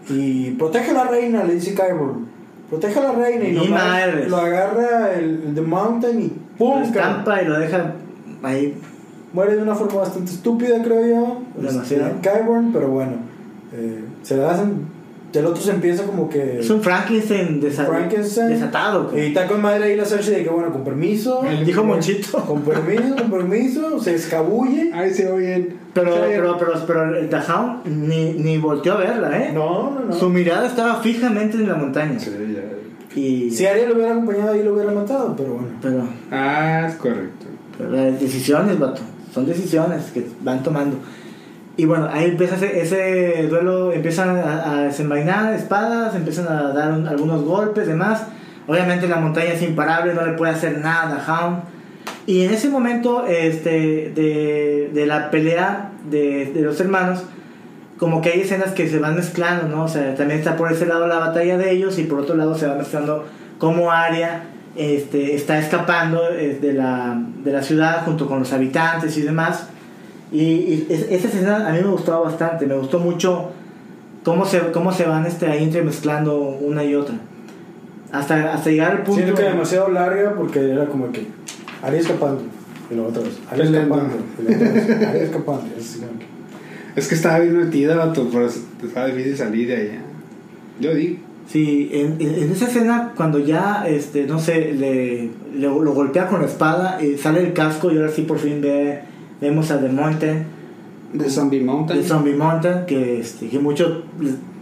[SPEAKER 2] Y protege a la reina, le dice Kyburn. Protege a la reina y
[SPEAKER 3] Ni
[SPEAKER 2] nomás
[SPEAKER 3] madres.
[SPEAKER 2] lo agarra el, el The Mountain y
[SPEAKER 3] Lo
[SPEAKER 2] ¡pum! cabrón.
[SPEAKER 3] estampa y lo deja ahí.
[SPEAKER 2] Muere de una forma bastante estúpida, creo yo.
[SPEAKER 3] Demasiado.
[SPEAKER 2] Este, Kyburn, pero bueno. eh, se la hacen. El otro se empieza como que.
[SPEAKER 3] Es un Frankenstein, desa-
[SPEAKER 2] Frankenstein.
[SPEAKER 3] desatado.
[SPEAKER 2] Y
[SPEAKER 3] pues.
[SPEAKER 2] está con madre ahí la Cersei de que bueno, con permiso.
[SPEAKER 3] Dijo Monchito.
[SPEAKER 2] Con permiso, con permiso, se escabulle.
[SPEAKER 7] Ahí se oyen.
[SPEAKER 3] Pero,
[SPEAKER 7] Se oyen.
[SPEAKER 3] pero, pero, pero el Dajao ni, ni volteó a verla, ¿eh?
[SPEAKER 2] No, no,
[SPEAKER 3] Su
[SPEAKER 2] no.
[SPEAKER 3] mirada estaba fijamente en la montaña.
[SPEAKER 7] Sí, ya.
[SPEAKER 3] Y,
[SPEAKER 2] Si Arya lo hubiera acompañado ahí lo hubiera matado, pero bueno.
[SPEAKER 3] pero,
[SPEAKER 7] Ah, es correcto.
[SPEAKER 3] pero las decisiones, vato. Son decisiones que van tomando. Y bueno, ahí empieza ese, ese duelo, empiezan a, a desenvainar espadas, empiezan a dar un- algunos golpes, demás. Obviamente la montaña es imparable, no le puede hacer nada a Hound. Y en ese momento este, de, de la pelea de, de los hermanos, como que hay escenas que se van mezclando, ¿no? O sea, también está por ese lado la batalla de ellos y por otro lado se va mezclando cómo Arya este, está escapando eh, de, la, de la ciudad junto con los habitantes y demás. Y, y es- esa escena a mí me gustaba bastante, me gustó mucho cómo se, cómo se van este, ahí entremezclando una y otra. Hasta, hasta llegar al punto...
[SPEAKER 2] Siento que demasiado larga porque era como que Arya escapando. Y luego otra vez. Arya
[SPEAKER 7] Peleando.
[SPEAKER 2] escapando. Y luego otra vez. Arya escapando. Es como que-
[SPEAKER 7] Es que estaba bien metida, vato, pero es- estaba difícil salir de allá. Yo digo.
[SPEAKER 3] Sí, en, en- en esa escena cuando ya, este, no sé, le, le- lo golpea con la espada, eh, sale el casco y ahora sí por fin ve, vemos a The Mountain,
[SPEAKER 7] De Zombie Mountain.
[SPEAKER 3] el Zombie Mountain, que, este, que mucho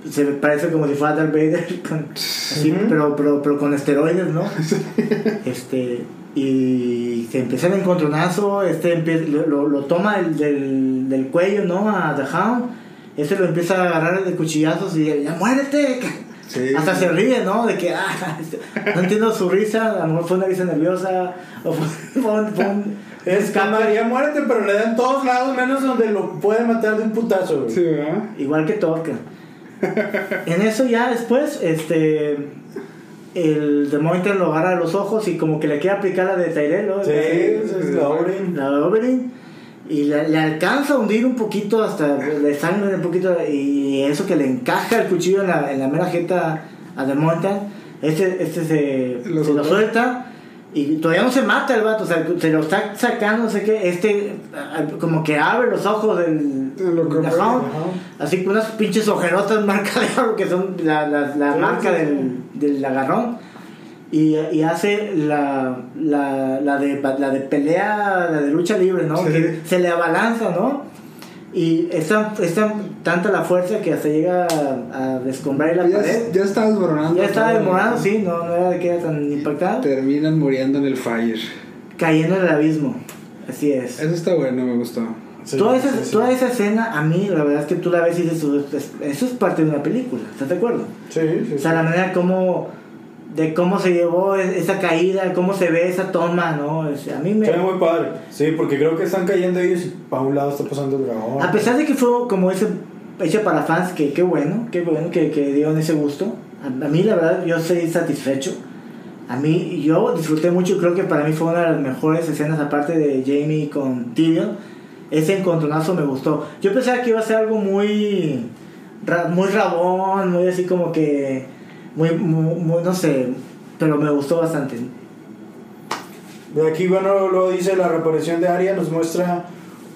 [SPEAKER 3] se le parece como si fuera Darth Vader, con- así,
[SPEAKER 2] Ujú.
[SPEAKER 3] pero, pero, pero con esteroides, ¿no? este, y se empieza el encontronazo, este empie- lo- lo, lo toma del, del, del cuello, ¿no? A The Hound, este lo empieza a agarrar de cuchillazos y ya muérete.
[SPEAKER 7] Sí.
[SPEAKER 3] Hasta se ríe, ¿no? De que, ah, no entiendo su risa, a lo mejor fue una risa nerviosa, o fue, fue un- fue un-
[SPEAKER 2] Es que María muérete, pero le dan todos lados menos donde lo puede matar de un putazo, güey.
[SPEAKER 7] Sí, ¿verdad?
[SPEAKER 3] igual que Torque. En eso ya después, este, el The Mountain lo agarra a los ojos y como que le quiere aplicar la de Tyrell, ¿no?
[SPEAKER 2] Sí, esa es la Oren.
[SPEAKER 3] La de Oberyn. Y le, le alcanza a hundir un poquito, hasta le sangre un poquito, y eso que le encaja el cuchillo en la, en la mera jeta a The Mountain. Este, este se,
[SPEAKER 7] Lo
[SPEAKER 3] se
[SPEAKER 7] soltó.
[SPEAKER 3] lo suelta y todavía no se mata el vato, o sea, se lo está sacando, no sé qué. Este, ah, como que abre los ojos del.
[SPEAKER 7] De lo que
[SPEAKER 3] del
[SPEAKER 7] fue,
[SPEAKER 3] Hound.
[SPEAKER 2] ajá.
[SPEAKER 3] Así que unas pinches ojerotas marca de oro que son la, la- la
[SPEAKER 2] Sí,
[SPEAKER 3] marca
[SPEAKER 2] sí, sí.
[SPEAKER 3] del, del agarrón. Y, y hace la, la, la, de, la de pelea, la de lucha libre, ¿no?
[SPEAKER 7] Sí.
[SPEAKER 3] Que se le abalanza, ¿no? Y es tan, es tan- tanta la fuerza que hasta llega a, a descombrar la
[SPEAKER 7] Ya,
[SPEAKER 3] pared.
[SPEAKER 7] ya estaba desmoronando.
[SPEAKER 3] Ya estaba
[SPEAKER 7] todo.
[SPEAKER 3] demorado, sí, no, no era de que era tan impactado.
[SPEAKER 7] Terminan muriendo en el fire.
[SPEAKER 3] Cayendo en el abismo. Así es.
[SPEAKER 7] Eso está bueno, me gustó.
[SPEAKER 2] Sí,
[SPEAKER 3] toda, esa,
[SPEAKER 2] sí, sí.
[SPEAKER 3] toda esa escena, a mí, la verdad es que tú la ves y dices, "Eso es- eso es parte de una película, ¿estás de acuerdo?
[SPEAKER 2] Sí, sí,
[SPEAKER 3] O sea, la manera como, de cómo se llevó e- esa caída, cómo se ve esa toma, ¿no? O sea, a mí me...
[SPEAKER 2] Se ve muy padre. Sí, porque creo que están cayendo ellos y para un lado está pasando el dragón.
[SPEAKER 3] A pesar de que fue como ese, hecha para fans, que qué bueno, qué bueno que, que dieron ese gusto. A, a mí, la verdad, yo estoy satisfecho. A mí, yo disfruté mucho, creo que para mí fue una de las mejores escenas, aparte de Jamie con Tyrion. Ese encontronazo me gustó. Yo pensaba que iba a ser algo muy ra- muy rabón, muy así como que, muy, muy, muy, no sé, pero me gustó bastante.
[SPEAKER 2] De aquí, bueno, lo dice la reaparición de Aria, nos muestra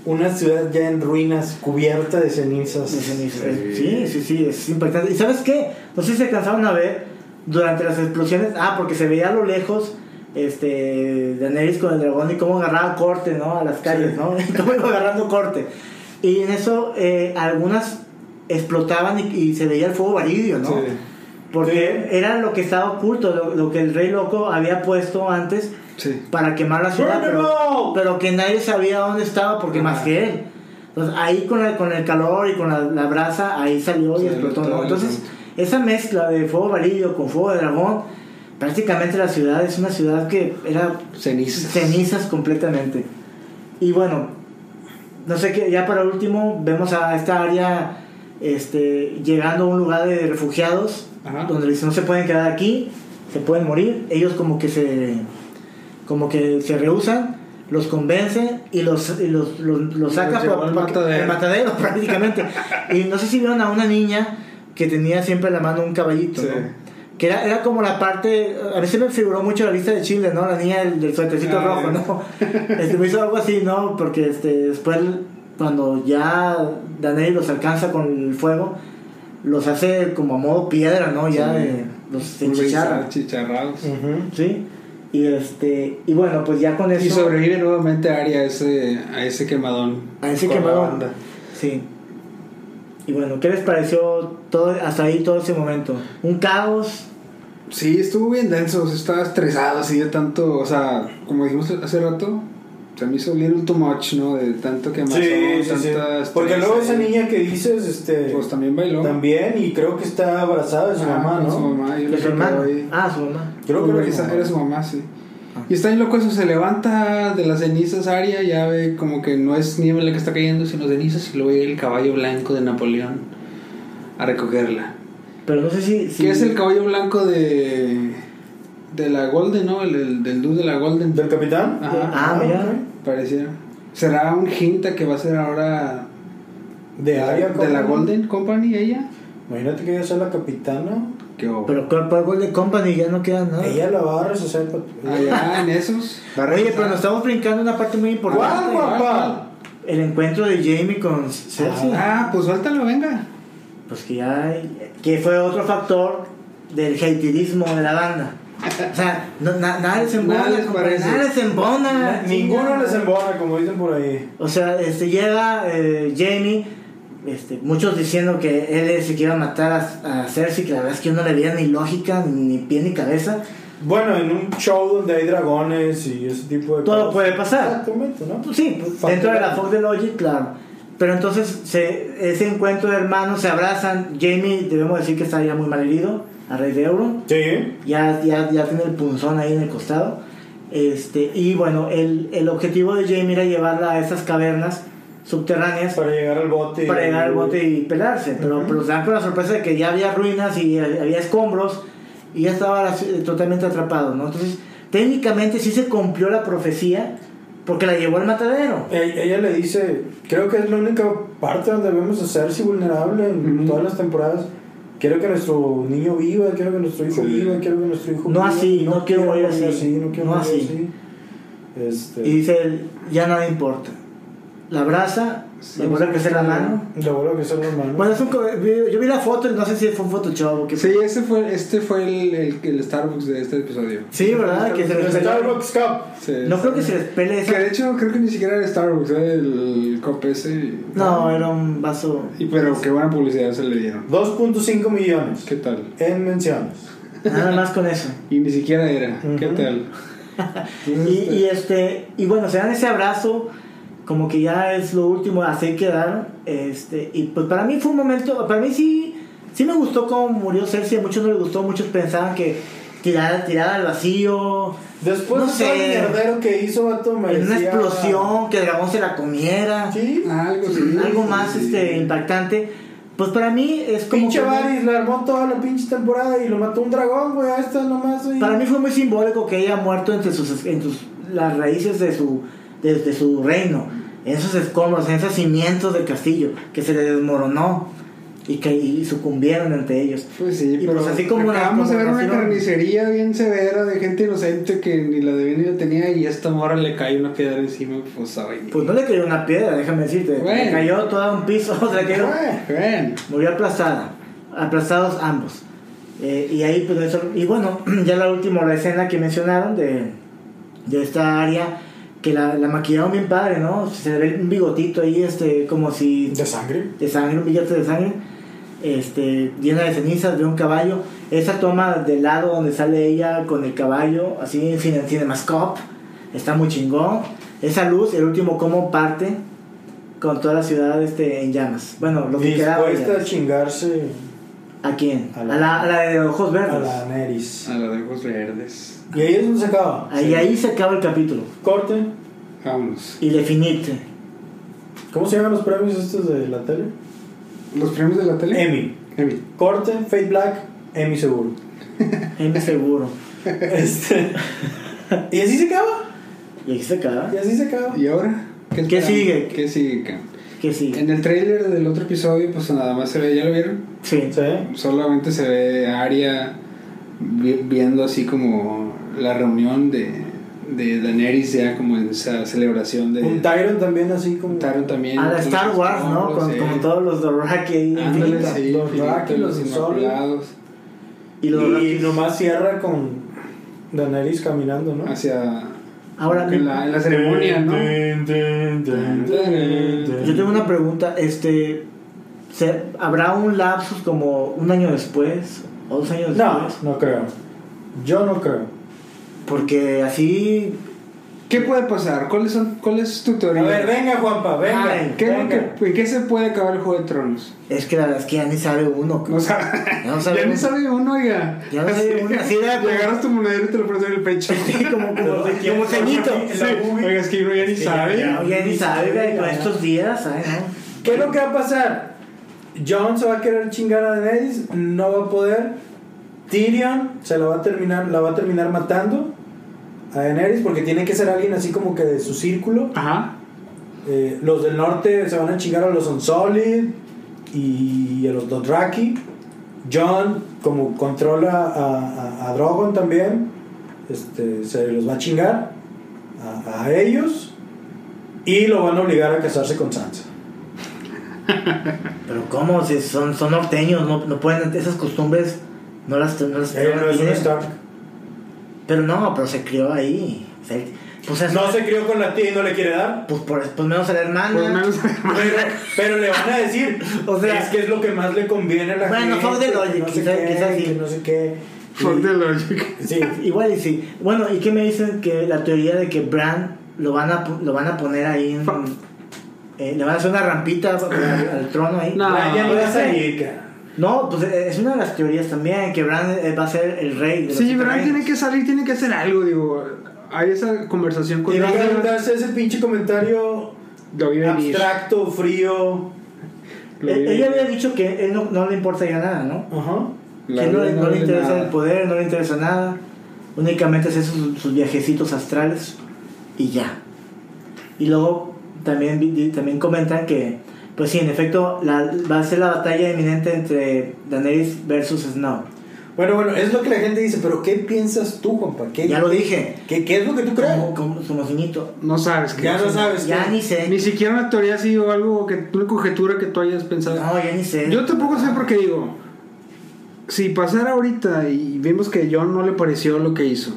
[SPEAKER 2] una ciudad ya en ruinas, cubierta de cenizas.
[SPEAKER 3] Sí, sí, sí, es impactante. ¿Y sabes qué? No sé si se alcanzaron a ver durante las explosiones. Ah, porque se veía a lo lejos este Daenerys con el dragón y cómo agarraba corte, ¿no? A las calles, ¿no? Y cómo iba agarrando corte. Y en eso eh, algunas explotaban y, y se veía el fuego validio, ¿no?
[SPEAKER 2] Sí.
[SPEAKER 3] Porque era lo que estaba oculto, lo, lo que el rey loco había puesto antes
[SPEAKER 1] Sí.
[SPEAKER 3] para quemar la ciudad,
[SPEAKER 2] Burn them
[SPEAKER 3] pero,
[SPEAKER 2] all.
[SPEAKER 3] pero que nadie sabía dónde estaba porque más que él. Entonces ahí con el, con el calor y con la, la brasa, ahí salió y
[SPEAKER 1] Sí,
[SPEAKER 3] explotó. ¿no?
[SPEAKER 1] todo el
[SPEAKER 3] Entonces esa mezcla de fuego varillo con fuego de dragón, prácticamente la ciudad es una ciudad que era
[SPEAKER 7] Cenizas.
[SPEAKER 3] cenizas completamente. Y bueno, no sé qué, ya para último vemos a esta área este, llegando a un lugar de refugiados,
[SPEAKER 1] Ajá.
[SPEAKER 3] donde dicen no se pueden quedar aquí, se pueden morir, ellos como que se, como que se rehusan, los convence y los, y los, los, los saca
[SPEAKER 1] llevó
[SPEAKER 3] pa-
[SPEAKER 1] al
[SPEAKER 3] pa- que-
[SPEAKER 1] matadero.
[SPEAKER 3] al matadero prácticamente. y no sé si vieron a una niña que tenía siempre en la mano un caballito,
[SPEAKER 1] Sí.
[SPEAKER 3] ¿no? que era, era como la parte, a mí se me figuró mucho la lista de Chile, ¿no? La niña del, del suétercito
[SPEAKER 1] Ah,
[SPEAKER 3] rojo,
[SPEAKER 1] ya.
[SPEAKER 3] ¿no? Este, me hizo algo así, ¿no? Porque este, después, cuando ya Daenerys los alcanza con el fuego, los hace como a modo piedra, ¿no? Ya
[SPEAKER 1] Sí.
[SPEAKER 3] de- los enchicharra,
[SPEAKER 1] Chicharrados.
[SPEAKER 2] Ujú.
[SPEAKER 3] ¿sí? Y, este, y bueno, pues ya con eso...
[SPEAKER 7] Y sobrevive nuevamente Aria a ese,
[SPEAKER 1] A ese quemadón.
[SPEAKER 3] a ese
[SPEAKER 1] con la
[SPEAKER 3] quemado.
[SPEAKER 1] banda.
[SPEAKER 3] Sí. Y bueno, ¿qué les pareció todo, hasta ahí todo ese momento? ¿Un caos?
[SPEAKER 1] Sí, estuvo bien denso, o sea, estaba estresado así de tanto, o sea, como dijimos hace rato, se me hizo little too much, ¿no? De tanto que amasó,
[SPEAKER 2] Sí, sí, sí.
[SPEAKER 1] tantas...
[SPEAKER 2] Porque luego esa niña que dices, este,
[SPEAKER 1] Pues también bailó.
[SPEAKER 2] también, y creo que está abrazada de su
[SPEAKER 1] Ah,
[SPEAKER 2] mamá,
[SPEAKER 1] con
[SPEAKER 2] ¿no?
[SPEAKER 1] Su mamá, yo
[SPEAKER 3] ¿De
[SPEAKER 1] le
[SPEAKER 3] su
[SPEAKER 1] creo que
[SPEAKER 3] hermano?
[SPEAKER 1] ahí-
[SPEAKER 3] Ah, su mamá.
[SPEAKER 2] Creo que
[SPEAKER 1] Pues,
[SPEAKER 2] era su
[SPEAKER 1] esa-
[SPEAKER 2] mamá. Ah.
[SPEAKER 1] era su mamá, sí. Y está bien loco eso, se levanta de las cenizas Aria, ya ve como que no es nieve la que está cayendo, sino cenizas, y luego llega el caballo blanco de Napoleón a recogerla.
[SPEAKER 3] Pero no sé si... si
[SPEAKER 7] Sí.
[SPEAKER 1] Que es el caballo blanco de de la Golden, ¿no? El, el- del dude de la Golden.
[SPEAKER 2] ¿Del capitán?
[SPEAKER 1] Ajá.
[SPEAKER 3] Ah, mira.
[SPEAKER 1] Pareciera. ¿Será un hinta que va a ser ahora
[SPEAKER 2] De Aria.
[SPEAKER 1] de la
[SPEAKER 2] ¿cómo?
[SPEAKER 1] Golden Company ella?
[SPEAKER 2] Imagínate que ella sea la capitana.
[SPEAKER 1] Que
[SPEAKER 3] Pero con el gol de Company ya no queda nada.
[SPEAKER 2] Ella la va a rechazar. pa-
[SPEAKER 3] Ah,
[SPEAKER 1] allá en esos.
[SPEAKER 3] Oye, pero nos estamos brincando una parte muy
[SPEAKER 2] ¿Cuál,
[SPEAKER 3] importante.
[SPEAKER 2] guapa?
[SPEAKER 3] El encuentro de Jamie con Cersei.
[SPEAKER 1] Ah, pues suéltalo, venga.
[SPEAKER 3] Pues que ya hay- que fue otro factor del haterismo de la banda. O sea, no- na- nada les embona,
[SPEAKER 1] Nada les
[SPEAKER 3] compadre,
[SPEAKER 1] parece.
[SPEAKER 3] nada les embona.
[SPEAKER 2] Ninguno
[SPEAKER 3] Chingada.
[SPEAKER 2] les embona, como dicen por ahí.
[SPEAKER 3] O sea, este, llega eh, Jamie, este, muchos diciendo que él es el que iba a matar a, a Cersei, que la verdad es que yo no le veía ni lógica, ni, pie ni cabeza.
[SPEAKER 2] Bueno, en un show donde hay dragones y ese tipo de
[SPEAKER 3] Todo puede pasar.
[SPEAKER 2] Exactamente, ¿no?
[SPEAKER 3] Pues sí, pues, dentro de la Fox de Logic, claro. Pero entonces se, ese encuentro de hermanos se abrazan. Jamie, debemos decir que está ya muy mal herido, a raíz de Euron.
[SPEAKER 2] Sí.
[SPEAKER 3] ya, ya, ya tiene el punzón ahí en el costado. Este, y bueno, el, el objetivo de Jamie era llevarla a esas cavernas subterráneas
[SPEAKER 2] Para llegar al bote.
[SPEAKER 3] para llegar al bote y pelarse. Pero,
[SPEAKER 2] Ujú.
[SPEAKER 3] pero se dan con la sorpresa de que ya había ruinas y eh, había escombros y ya estaba la- totalmente atrapado. ¿no? Entonces, técnicamente sí se cumplió la profecía porque la llevó al matadero.
[SPEAKER 2] E- Ella le dice, creo que es la única parte donde vemos a Cersei vulnerable en
[SPEAKER 1] Ujú.
[SPEAKER 2] todas las temporadas. Quiero que nuestro niño viva, quiero que nuestro hijo
[SPEAKER 1] Sí.
[SPEAKER 2] viva, quiero que nuestro hijo
[SPEAKER 3] No
[SPEAKER 2] viva.
[SPEAKER 3] así, no quiero morir así,
[SPEAKER 2] no quiero
[SPEAKER 3] no
[SPEAKER 2] morir
[SPEAKER 3] así.
[SPEAKER 2] así. Este,
[SPEAKER 3] Y dice, él, ya nada importa. La abraza, le vuelve a crecer la mano.
[SPEAKER 2] este, Le vuelvo a crecer la mano.
[SPEAKER 3] Bueno, es un co- vi- yo vi la foto y no sé si fue un Photoshop o qué
[SPEAKER 1] Sí, ese fue, este fue el, el, el Starbucks de este episodio.
[SPEAKER 3] Sí, ¿verdad? Que se
[SPEAKER 2] El
[SPEAKER 3] les pele-
[SPEAKER 2] Starbucks Cup.
[SPEAKER 1] Sí.
[SPEAKER 3] No creo que se les pele
[SPEAKER 1] Que de
[SPEAKER 3] esa.
[SPEAKER 1] hecho creo que ni siquiera era Starbucks, era el cop ese.
[SPEAKER 3] No, era un vaso.
[SPEAKER 1] Y pero qué buena publicidad se le dieron.
[SPEAKER 2] 2.5 millones
[SPEAKER 1] ¿Qué tal?
[SPEAKER 2] en menciones.
[SPEAKER 3] Nada más con eso.
[SPEAKER 1] Y ni siquiera era. ¿Qué
[SPEAKER 2] Ujú.
[SPEAKER 1] tal?
[SPEAKER 3] Y, y este. Y bueno, se dan ese abrazo. Como que ya es lo último, así quedaron. Este. Y pues para mí fue un momento. Para mí sí. Sí me gustó cómo murió Cersei. A muchos no les gustó. Muchos pensaban que tirada, tirada al vacío.
[SPEAKER 2] Después de
[SPEAKER 3] No
[SPEAKER 2] todo
[SPEAKER 3] sé.
[SPEAKER 2] el mierdero que hizo, vato,
[SPEAKER 3] En una
[SPEAKER 2] merecía-
[SPEAKER 3] explosión, Ah. que el dragón se la comiera. pues,
[SPEAKER 2] Sí.
[SPEAKER 1] Algo sí,
[SPEAKER 3] algo más
[SPEAKER 1] sí.
[SPEAKER 3] este impactante. Pues para mí es como
[SPEAKER 2] Pinche
[SPEAKER 3] que-
[SPEAKER 2] Varys la armó toda la pinche temporada y lo mató un dragón, güey. A esta nomás, güey.
[SPEAKER 3] para mí fue muy simbólico que ella ha muerto entre sus en sus- las raíces de su de, de su reino, en esos escombros, en esos cimientos del castillo que se le desmoronó. y que y sucumbieron ante ellos.
[SPEAKER 1] Pues sí,
[SPEAKER 3] Y
[SPEAKER 1] pero
[SPEAKER 3] pues así como la-
[SPEAKER 1] acabamos de
[SPEAKER 3] como
[SPEAKER 1] ver una
[SPEAKER 3] nacieron-
[SPEAKER 1] carnicería bien severa de gente inocente que ni la debía ni la tenía y a esta morra le cae una piedra encima, pues ay.
[SPEAKER 3] Pues no le cayó una piedra, déjame decirte.
[SPEAKER 1] Bueno.
[SPEAKER 3] Le cayó toda un piso, o sea, que
[SPEAKER 2] Eh.
[SPEAKER 1] Ven.
[SPEAKER 3] murió aplastada. Aplastados ambos. Eh, y ahí, pues, eso- y bueno, ya la última la escena que mencionaron de, de esta área, que la, la maquillaron bien padre, ¿no? Se ve un bigotito ahí, este, como si
[SPEAKER 2] ¿De sangre?
[SPEAKER 3] de sangre, un billete de sangre, este, llena de cenizas de un caballo. Esa toma del lado donde sale ella con el caballo, así en cine, Cinemascope, está muy chingón. Esa luz, el último como parte con toda la ciudad este, en llamas. Bueno, lo que quedaba. de
[SPEAKER 2] Dispuesta a
[SPEAKER 3] llamas.
[SPEAKER 2] chingarse
[SPEAKER 3] ¿A quién?
[SPEAKER 2] A
[SPEAKER 3] A
[SPEAKER 2] la-
[SPEAKER 3] la, a la de ojos
[SPEAKER 2] a
[SPEAKER 3] verdes.
[SPEAKER 2] la Neris.
[SPEAKER 1] A la de ojos verdes.
[SPEAKER 2] Y ahí es donde se acaba.
[SPEAKER 3] Ahí,
[SPEAKER 2] Sí.
[SPEAKER 3] ahí se acaba el capítulo.
[SPEAKER 2] Corte.
[SPEAKER 1] Vámonos.
[SPEAKER 3] Y definite.
[SPEAKER 2] ¿Cómo se llaman los premios estos de la tele?
[SPEAKER 1] ¿Los premios de la tele?
[SPEAKER 3] Em.
[SPEAKER 2] Emmy.
[SPEAKER 1] Emmy.
[SPEAKER 2] Corte, Fade Black, Emmy seguro.
[SPEAKER 3] En seguro.
[SPEAKER 2] Este. y así se acaba.
[SPEAKER 3] Y aquí se acaba.
[SPEAKER 2] Y así se acaba.
[SPEAKER 1] ¿Y ahora?
[SPEAKER 3] ¿Qué
[SPEAKER 1] esperamos?
[SPEAKER 3] sigue?
[SPEAKER 1] ¿Qué sigue, Cam?
[SPEAKER 3] Que sí.
[SPEAKER 1] En el trailer del otro episodio, pues nada más se ve, ¿ya lo vieron?
[SPEAKER 3] Sí.
[SPEAKER 2] Sí.
[SPEAKER 1] Solamente se ve a Arya vi- viendo así como la reunión de, de Daenerys ya como en esa celebración de...
[SPEAKER 2] Un Tyron también así como.
[SPEAKER 1] Tyrion también. pues,
[SPEAKER 3] A la
[SPEAKER 1] Los
[SPEAKER 3] Ah, Star Wars, ¿no?
[SPEAKER 1] escombros,
[SPEAKER 3] Con,
[SPEAKER 1] sí.
[SPEAKER 3] con todos los Dorraki ahí.
[SPEAKER 1] Ándale,
[SPEAKER 3] infinitos.
[SPEAKER 1] sí,
[SPEAKER 2] Los
[SPEAKER 1] infinito,
[SPEAKER 2] Raki,
[SPEAKER 1] los
[SPEAKER 2] los
[SPEAKER 1] inmaculados,
[SPEAKER 3] Y los
[SPEAKER 2] Y
[SPEAKER 3] Dorraki.
[SPEAKER 2] nomás cierra con Daenerys caminando, ¿no?
[SPEAKER 1] hacia...
[SPEAKER 3] Ahora,
[SPEAKER 1] en la, en
[SPEAKER 2] Este,
[SPEAKER 1] la ceremonia, ¿no?
[SPEAKER 3] yo tengo una pregunta, este, ¿se- ¿habrá un lapsus como un año después o dos años
[SPEAKER 2] No,
[SPEAKER 3] después?
[SPEAKER 2] no creo. Yo no creo.
[SPEAKER 3] Porque así,
[SPEAKER 1] ¿Qué puede pasar? ¿Cuál es, cuál es tu
[SPEAKER 2] A
[SPEAKER 1] teoría?
[SPEAKER 2] ver, venga, Juanpa, venga.
[SPEAKER 3] Ay,
[SPEAKER 1] Ah, ¿Qué es lo
[SPEAKER 2] venga.
[SPEAKER 1] que- ¿En qué se puede acabar el Juego de Tronos?
[SPEAKER 3] es que la verdad es que ya ni sabe uno.
[SPEAKER 1] No sabe.
[SPEAKER 3] Ya no sabe
[SPEAKER 1] Ya no
[SPEAKER 3] uno.
[SPEAKER 1] sabe uno, oiga.
[SPEAKER 3] Ya no sabe uno, así era
[SPEAKER 1] Le
[SPEAKER 3] como-
[SPEAKER 1] agarras tu monedero y te lo pones en el pecho.
[SPEAKER 3] Sí, como, como, como, ceñito.
[SPEAKER 1] Sí, Oiga, es que uno ya ni sabe.
[SPEAKER 3] Ya, ya ni sabe, güey, con estos días, ¿sabes?
[SPEAKER 2] ¿Qué es lo que va a pasar? Jon se va a querer chingar a Daenerys, no va a poder. Tyrion se la va a terminar, la va a terminar matando a Daenerys porque tiene que ser alguien así como que de su círculo.
[SPEAKER 1] Ajá.
[SPEAKER 2] Eh, los del norte se van a chingar a los Unsolid y a los Dothraki. John, como controla a, a- a Drogon también, este, se los va a chingar a, a ellos y lo van a obligar a casarse con Sansa.
[SPEAKER 3] Pero cómo, si son, son norteños, no, no pueden, esas costumbres no las, no las,
[SPEAKER 2] Ella no es un
[SPEAKER 3] tienen.
[SPEAKER 2] Stark.
[SPEAKER 3] Pero no, pero se crió ahí. O sea, pues, es-
[SPEAKER 2] No se crió con la tía y no le quiere dar.
[SPEAKER 3] pues, por, pues menos a la hermana.
[SPEAKER 1] Pues menos
[SPEAKER 2] Pero, pero le van a decir,
[SPEAKER 3] O sea-
[SPEAKER 2] es que es lo que más le conviene a la
[SPEAKER 3] Bueno,
[SPEAKER 2] gente.
[SPEAKER 3] fuck the
[SPEAKER 2] que
[SPEAKER 3] logic,
[SPEAKER 2] no sé
[SPEAKER 3] quizá-
[SPEAKER 2] qué,
[SPEAKER 3] quizá sí.
[SPEAKER 2] que no sé qué. Y-
[SPEAKER 1] Fuck the logic.
[SPEAKER 2] Sí.
[SPEAKER 3] Igual y sí. Bueno, ¿y qué me dicen que la teoría de que Bran lo van a, pu- lo van a poner ahí en... eh, le van a hacer una rampita al, al trono ahí.
[SPEAKER 1] No.
[SPEAKER 2] Brian,
[SPEAKER 1] Ah,
[SPEAKER 2] no
[SPEAKER 3] ya
[SPEAKER 2] vas
[SPEAKER 3] sé.
[SPEAKER 2] a ir, cara.
[SPEAKER 3] No, pues eh, es una de las teorías también, que Bran eh, va a ser el rey. de los
[SPEAKER 1] Sí, Bran
[SPEAKER 3] reinos.
[SPEAKER 1] tiene que salir, tiene que hacer algo, digo. Hay esa conversación con
[SPEAKER 2] Y va a
[SPEAKER 1] Daenerys.
[SPEAKER 2] aventarse ese pinche comentario
[SPEAKER 1] Lo vi venir.
[SPEAKER 2] abstracto, frío.
[SPEAKER 1] Lo vi
[SPEAKER 3] Eh, Ella había
[SPEAKER 1] venir.
[SPEAKER 3] dicho que él no, no le importa ya nada, ¿no?
[SPEAKER 2] Ajá.
[SPEAKER 1] La
[SPEAKER 3] que no,
[SPEAKER 1] vida
[SPEAKER 3] le- no le
[SPEAKER 1] vale
[SPEAKER 3] interesa
[SPEAKER 1] nada.
[SPEAKER 3] el poder, no le interesa nada. Únicamente hace sus, sus viajecitos astrales y ya. Y luego también, vi- di- también comentan que, pues sí, en efecto, la- va a ser la batalla inminente entre Daenerys versus Snow.
[SPEAKER 2] Bueno, bueno, es lo que la gente dice, pero ¿qué piensas tú, Juanpa? ¿Qué,
[SPEAKER 3] Ya lo dije.
[SPEAKER 2] ¿qué, qué es lo que tú crees?
[SPEAKER 3] Como, como su mocinito.
[SPEAKER 1] No sabes qué.
[SPEAKER 2] Ya no sabes.
[SPEAKER 3] Ya
[SPEAKER 2] qué.
[SPEAKER 3] ni
[SPEAKER 1] Ni
[SPEAKER 3] sé.
[SPEAKER 1] siquiera una teoría así o algo, que, una conjetura que tú hayas pensado.
[SPEAKER 3] No, ya ni sé.
[SPEAKER 1] Yo tampoco sé por qué digo. Si pasara ahorita y vimos que John no le pareció lo que hizo,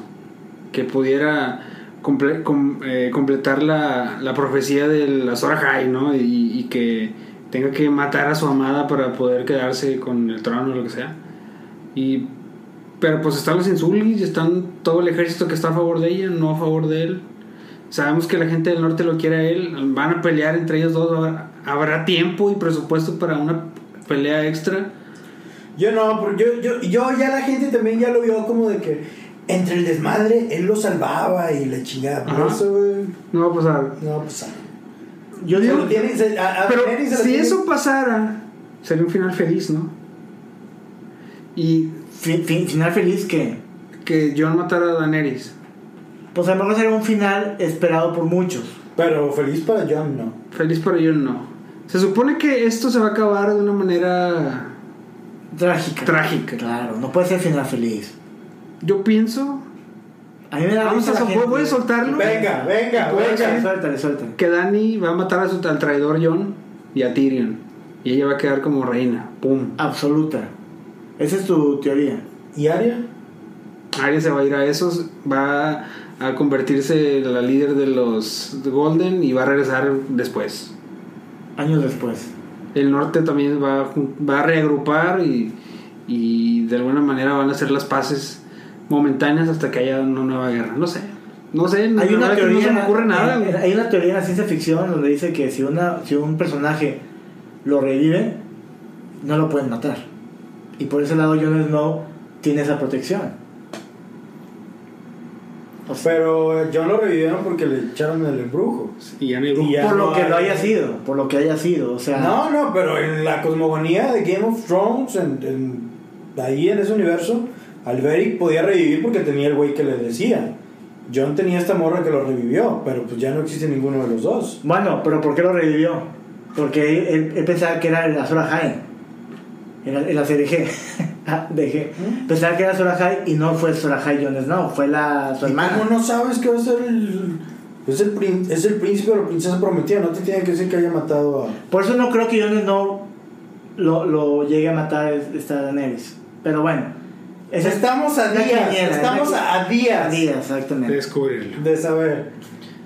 [SPEAKER 1] que pudiera comple- com- eh, completar la, la profecía de la Sora High, ¿no? Y, y que tenga que matar a su amada para poder quedarse con el trono o lo que sea. Y, pero pues están los insulgis y están todo el ejército que está a favor de ella, no a favor de él. Sabemos que la gente del norte lo quiere a él. Van a pelear entre ellos dos. Habrá, habrá tiempo y presupuesto para una pelea extra.
[SPEAKER 2] Yo no, porque yo, yo, yo ya la gente también ya lo vio como de que entre el desmadre él lo salvaba y la chingada. Por
[SPEAKER 1] Ajá.
[SPEAKER 2] eso, güey.
[SPEAKER 1] No va a pasar.
[SPEAKER 2] No, pues. ah.
[SPEAKER 3] Yo
[SPEAKER 2] Se
[SPEAKER 3] digo,
[SPEAKER 2] lo tienen, se- a- a
[SPEAKER 1] Pero
[SPEAKER 2] Daenerys Ah, se la
[SPEAKER 1] si
[SPEAKER 2] tienen-
[SPEAKER 1] eso pasara, sería un final feliz, ¿no? Y
[SPEAKER 3] fi- fi- final feliz que...
[SPEAKER 1] que John matara a Daenerys.
[SPEAKER 3] Pues a lo mejor será un final esperado por muchos.
[SPEAKER 2] Pero feliz para John, no.
[SPEAKER 1] Feliz para John no.
[SPEAKER 7] Se supone que esto se va a acabar de una manera.
[SPEAKER 3] Trágica.
[SPEAKER 7] Trágica.
[SPEAKER 3] Claro, no puede ser final feliz.
[SPEAKER 7] Yo pienso.
[SPEAKER 3] A mí me da
[SPEAKER 7] Vamos
[SPEAKER 3] risa
[SPEAKER 7] a
[SPEAKER 3] la gente.
[SPEAKER 7] voy a soltarlo.
[SPEAKER 2] Venga, venga,
[SPEAKER 3] Suéltale,
[SPEAKER 2] venga.
[SPEAKER 3] suéltale, suéltale.
[SPEAKER 7] Que Dani va a matar a su, al traidor John y a Tyrion. Y ella va a quedar como reina. Pum.
[SPEAKER 3] Absoluta. Esa es tu teoría.
[SPEAKER 2] ¿Y Aria?
[SPEAKER 7] Arya se va a ir a esos. Va a convertirse en la líder de los Golden y va a regresar después.
[SPEAKER 3] Años después.
[SPEAKER 7] El norte también va, a jun- va a reagrupar y, y de alguna manera van a hacer las paces momentáneas hasta que haya una nueva guerra. No sé. No sé. la
[SPEAKER 3] Hay una
[SPEAKER 7] verdad que
[SPEAKER 3] teoría.
[SPEAKER 7] No se me ocurre nada.
[SPEAKER 3] eh,
[SPEAKER 7] güey.
[SPEAKER 3] hay una teoría en la ciencia ficción donde dice que si, una, si un personaje lo revive, no lo pueden matar. Y por ese lado, Jon Snow tiene esa protección. O sea,
[SPEAKER 2] Pero eh, John lo revivieron porque le echaron el embrujo.
[SPEAKER 7] Y ya no hay grupo.
[SPEAKER 2] Y ya
[SPEAKER 3] por lo
[SPEAKER 2] no
[SPEAKER 3] que lo
[SPEAKER 2] hay-
[SPEAKER 3] haya sido. Por lo que haya sido. O sea.
[SPEAKER 2] No, no, pero en la cosmogonía de Game of Thrones, en, en- ahí en ese universo, Alberic podía revivir porque tenía el güey que le decía. John tenía esta morra que lo revivió, pero pues ya no existe ninguno de los dos.
[SPEAKER 3] Bueno, pero ¿por qué lo revivió? Porque él, él pensaba que era el Azor Ahai. El, el ACDG. Ah, DG. Pensaba que era Azor Ahai y no fue Azor Ahai Jon Snow, fue la, su
[SPEAKER 2] ¿Y
[SPEAKER 3] hermana.
[SPEAKER 2] ¿Cómo no sabes que va a ser el, es el, prín- es el príncipe o la princesa prometida? No te tienen que decir que haya matado a...
[SPEAKER 3] Por eso no creo que Jon Snow lo, lo llegue a matar esta Daenerys. Pero bueno.
[SPEAKER 2] Pues
[SPEAKER 3] esa es
[SPEAKER 2] Estamos a
[SPEAKER 3] una
[SPEAKER 2] días,
[SPEAKER 3] quiniela,
[SPEAKER 2] estamos
[SPEAKER 3] una-
[SPEAKER 2] a días.
[SPEAKER 3] a días, exactamente.
[SPEAKER 1] Descúbrelo.
[SPEAKER 2] de saber.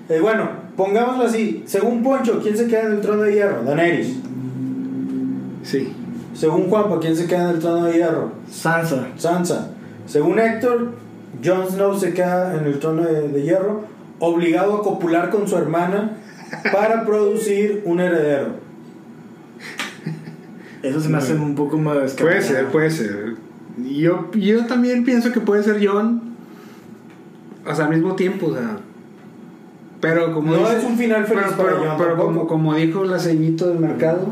[SPEAKER 2] Eh, bueno, pongámoslo así. Según Poncho, ¿quién se queda en el trono de hierro? Daenerys.
[SPEAKER 1] Sí.
[SPEAKER 2] Según Juanpa, ¿quién se queda en el trono de hierro?
[SPEAKER 3] Sansa.
[SPEAKER 2] Sansa. Según Héctor, Jon Snow se queda en el trono de, de hierro, obligado a copular con su hermana para producir un heredero.
[SPEAKER 3] Eso se me hace un poco más
[SPEAKER 1] Puede
[SPEAKER 3] descabellado.
[SPEAKER 1] ser, puede ser. Yo, yo también pienso que puede ser John.
[SPEAKER 7] O sea, al mismo tiempo, o sea. Pero como
[SPEAKER 2] No
[SPEAKER 7] dice-
[SPEAKER 2] es un final feliz
[SPEAKER 7] pero, pero-
[SPEAKER 2] para John
[SPEAKER 7] pero
[SPEAKER 2] tampoco.
[SPEAKER 7] como, como dijo la ceñito del mercado,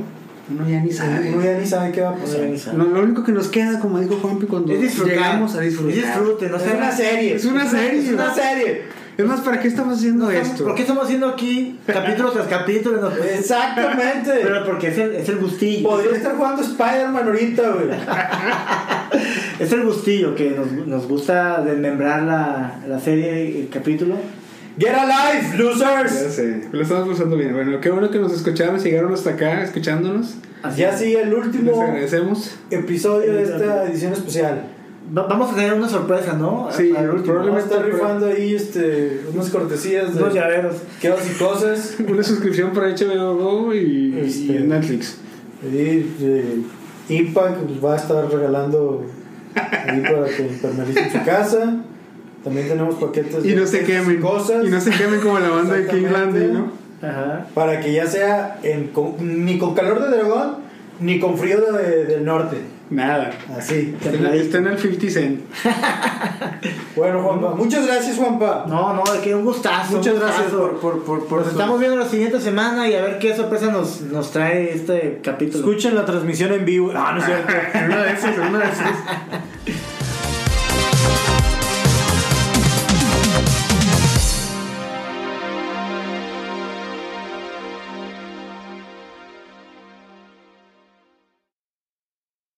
[SPEAKER 7] uno ya ni sabe.
[SPEAKER 2] Uno ya ni sabe qué va a
[SPEAKER 3] No
[SPEAKER 2] pasar.
[SPEAKER 3] sé, ni sabe.
[SPEAKER 7] No, lo único que nos queda, como dijo Juanpi, cuando
[SPEAKER 3] Es disfrutar.
[SPEAKER 7] llegamos a
[SPEAKER 3] Es
[SPEAKER 7] disfrutar.
[SPEAKER 3] disfrute, no
[SPEAKER 2] es
[SPEAKER 3] sea
[SPEAKER 2] una serie.
[SPEAKER 7] Es una serie.
[SPEAKER 2] Es una serie.
[SPEAKER 7] Es más, ¿para qué estamos haciendo esto?
[SPEAKER 3] ¿Por qué estamos haciendo aquí capítulo tras capítulo? No-
[SPEAKER 2] Exactamente.
[SPEAKER 3] Pero porque es el, es el gustillo.
[SPEAKER 2] Podría estar jugando Spider-Man ahorita, güey.
[SPEAKER 3] Es el gustillo que nos, nos gusta desmembrar la, la serie, el capítulo.
[SPEAKER 2] Get alive,
[SPEAKER 1] Ya
[SPEAKER 2] losers.
[SPEAKER 1] sé, lo estamos pasando bien. Bueno, qué bueno que nos escucharon, si llegaron hasta acá escuchándonos.
[SPEAKER 2] Ya sigue el
[SPEAKER 1] Les
[SPEAKER 2] último
[SPEAKER 1] agradecemos.
[SPEAKER 2] episodio de esta edición especial.
[SPEAKER 3] Va- vamos a tener una sorpresa, ¿no?
[SPEAKER 1] Sí,
[SPEAKER 3] Para el último.
[SPEAKER 1] probable-
[SPEAKER 2] Vamos a estar rifando ahí este, unas cortesías
[SPEAKER 3] Unos
[SPEAKER 2] de
[SPEAKER 3] llaveros.
[SPEAKER 2] quedas y cosas.
[SPEAKER 1] Una suscripción para HBO Go y,
[SPEAKER 2] Este.
[SPEAKER 1] y Netflix.
[SPEAKER 2] Y eh, Impact pues, va a estar regalando ahí para que permanezca en su casa. También tenemos paquetes
[SPEAKER 1] Y
[SPEAKER 2] de
[SPEAKER 1] no se
[SPEAKER 2] quedas y
[SPEAKER 1] quemen.
[SPEAKER 2] cosas
[SPEAKER 1] Y no se quemen como la banda de King
[SPEAKER 2] Exactamente.
[SPEAKER 1] Landing, ¿no?
[SPEAKER 3] Ajá.
[SPEAKER 2] para que ya sea en, con- ni con calor de dragón ni con frío de- del norte.
[SPEAKER 1] Nada.
[SPEAKER 2] Así.
[SPEAKER 1] Está en- Está en el 50 Cent.
[SPEAKER 2] Bueno, Juanpa, muchas gracias, Juanpa.
[SPEAKER 3] No, no, que un gustazo.
[SPEAKER 2] Muchas
[SPEAKER 3] un
[SPEAKER 2] gracias
[SPEAKER 3] gustazo.
[SPEAKER 2] por, por, por, por
[SPEAKER 3] Nos
[SPEAKER 2] su-
[SPEAKER 3] estamos viendo la siguiente semana y a ver qué sorpresa nos, nos trae este capítulo.
[SPEAKER 2] Escuchen la transmisión en vivo. Ah, no es cierto.
[SPEAKER 1] En una de esas, en una de esas.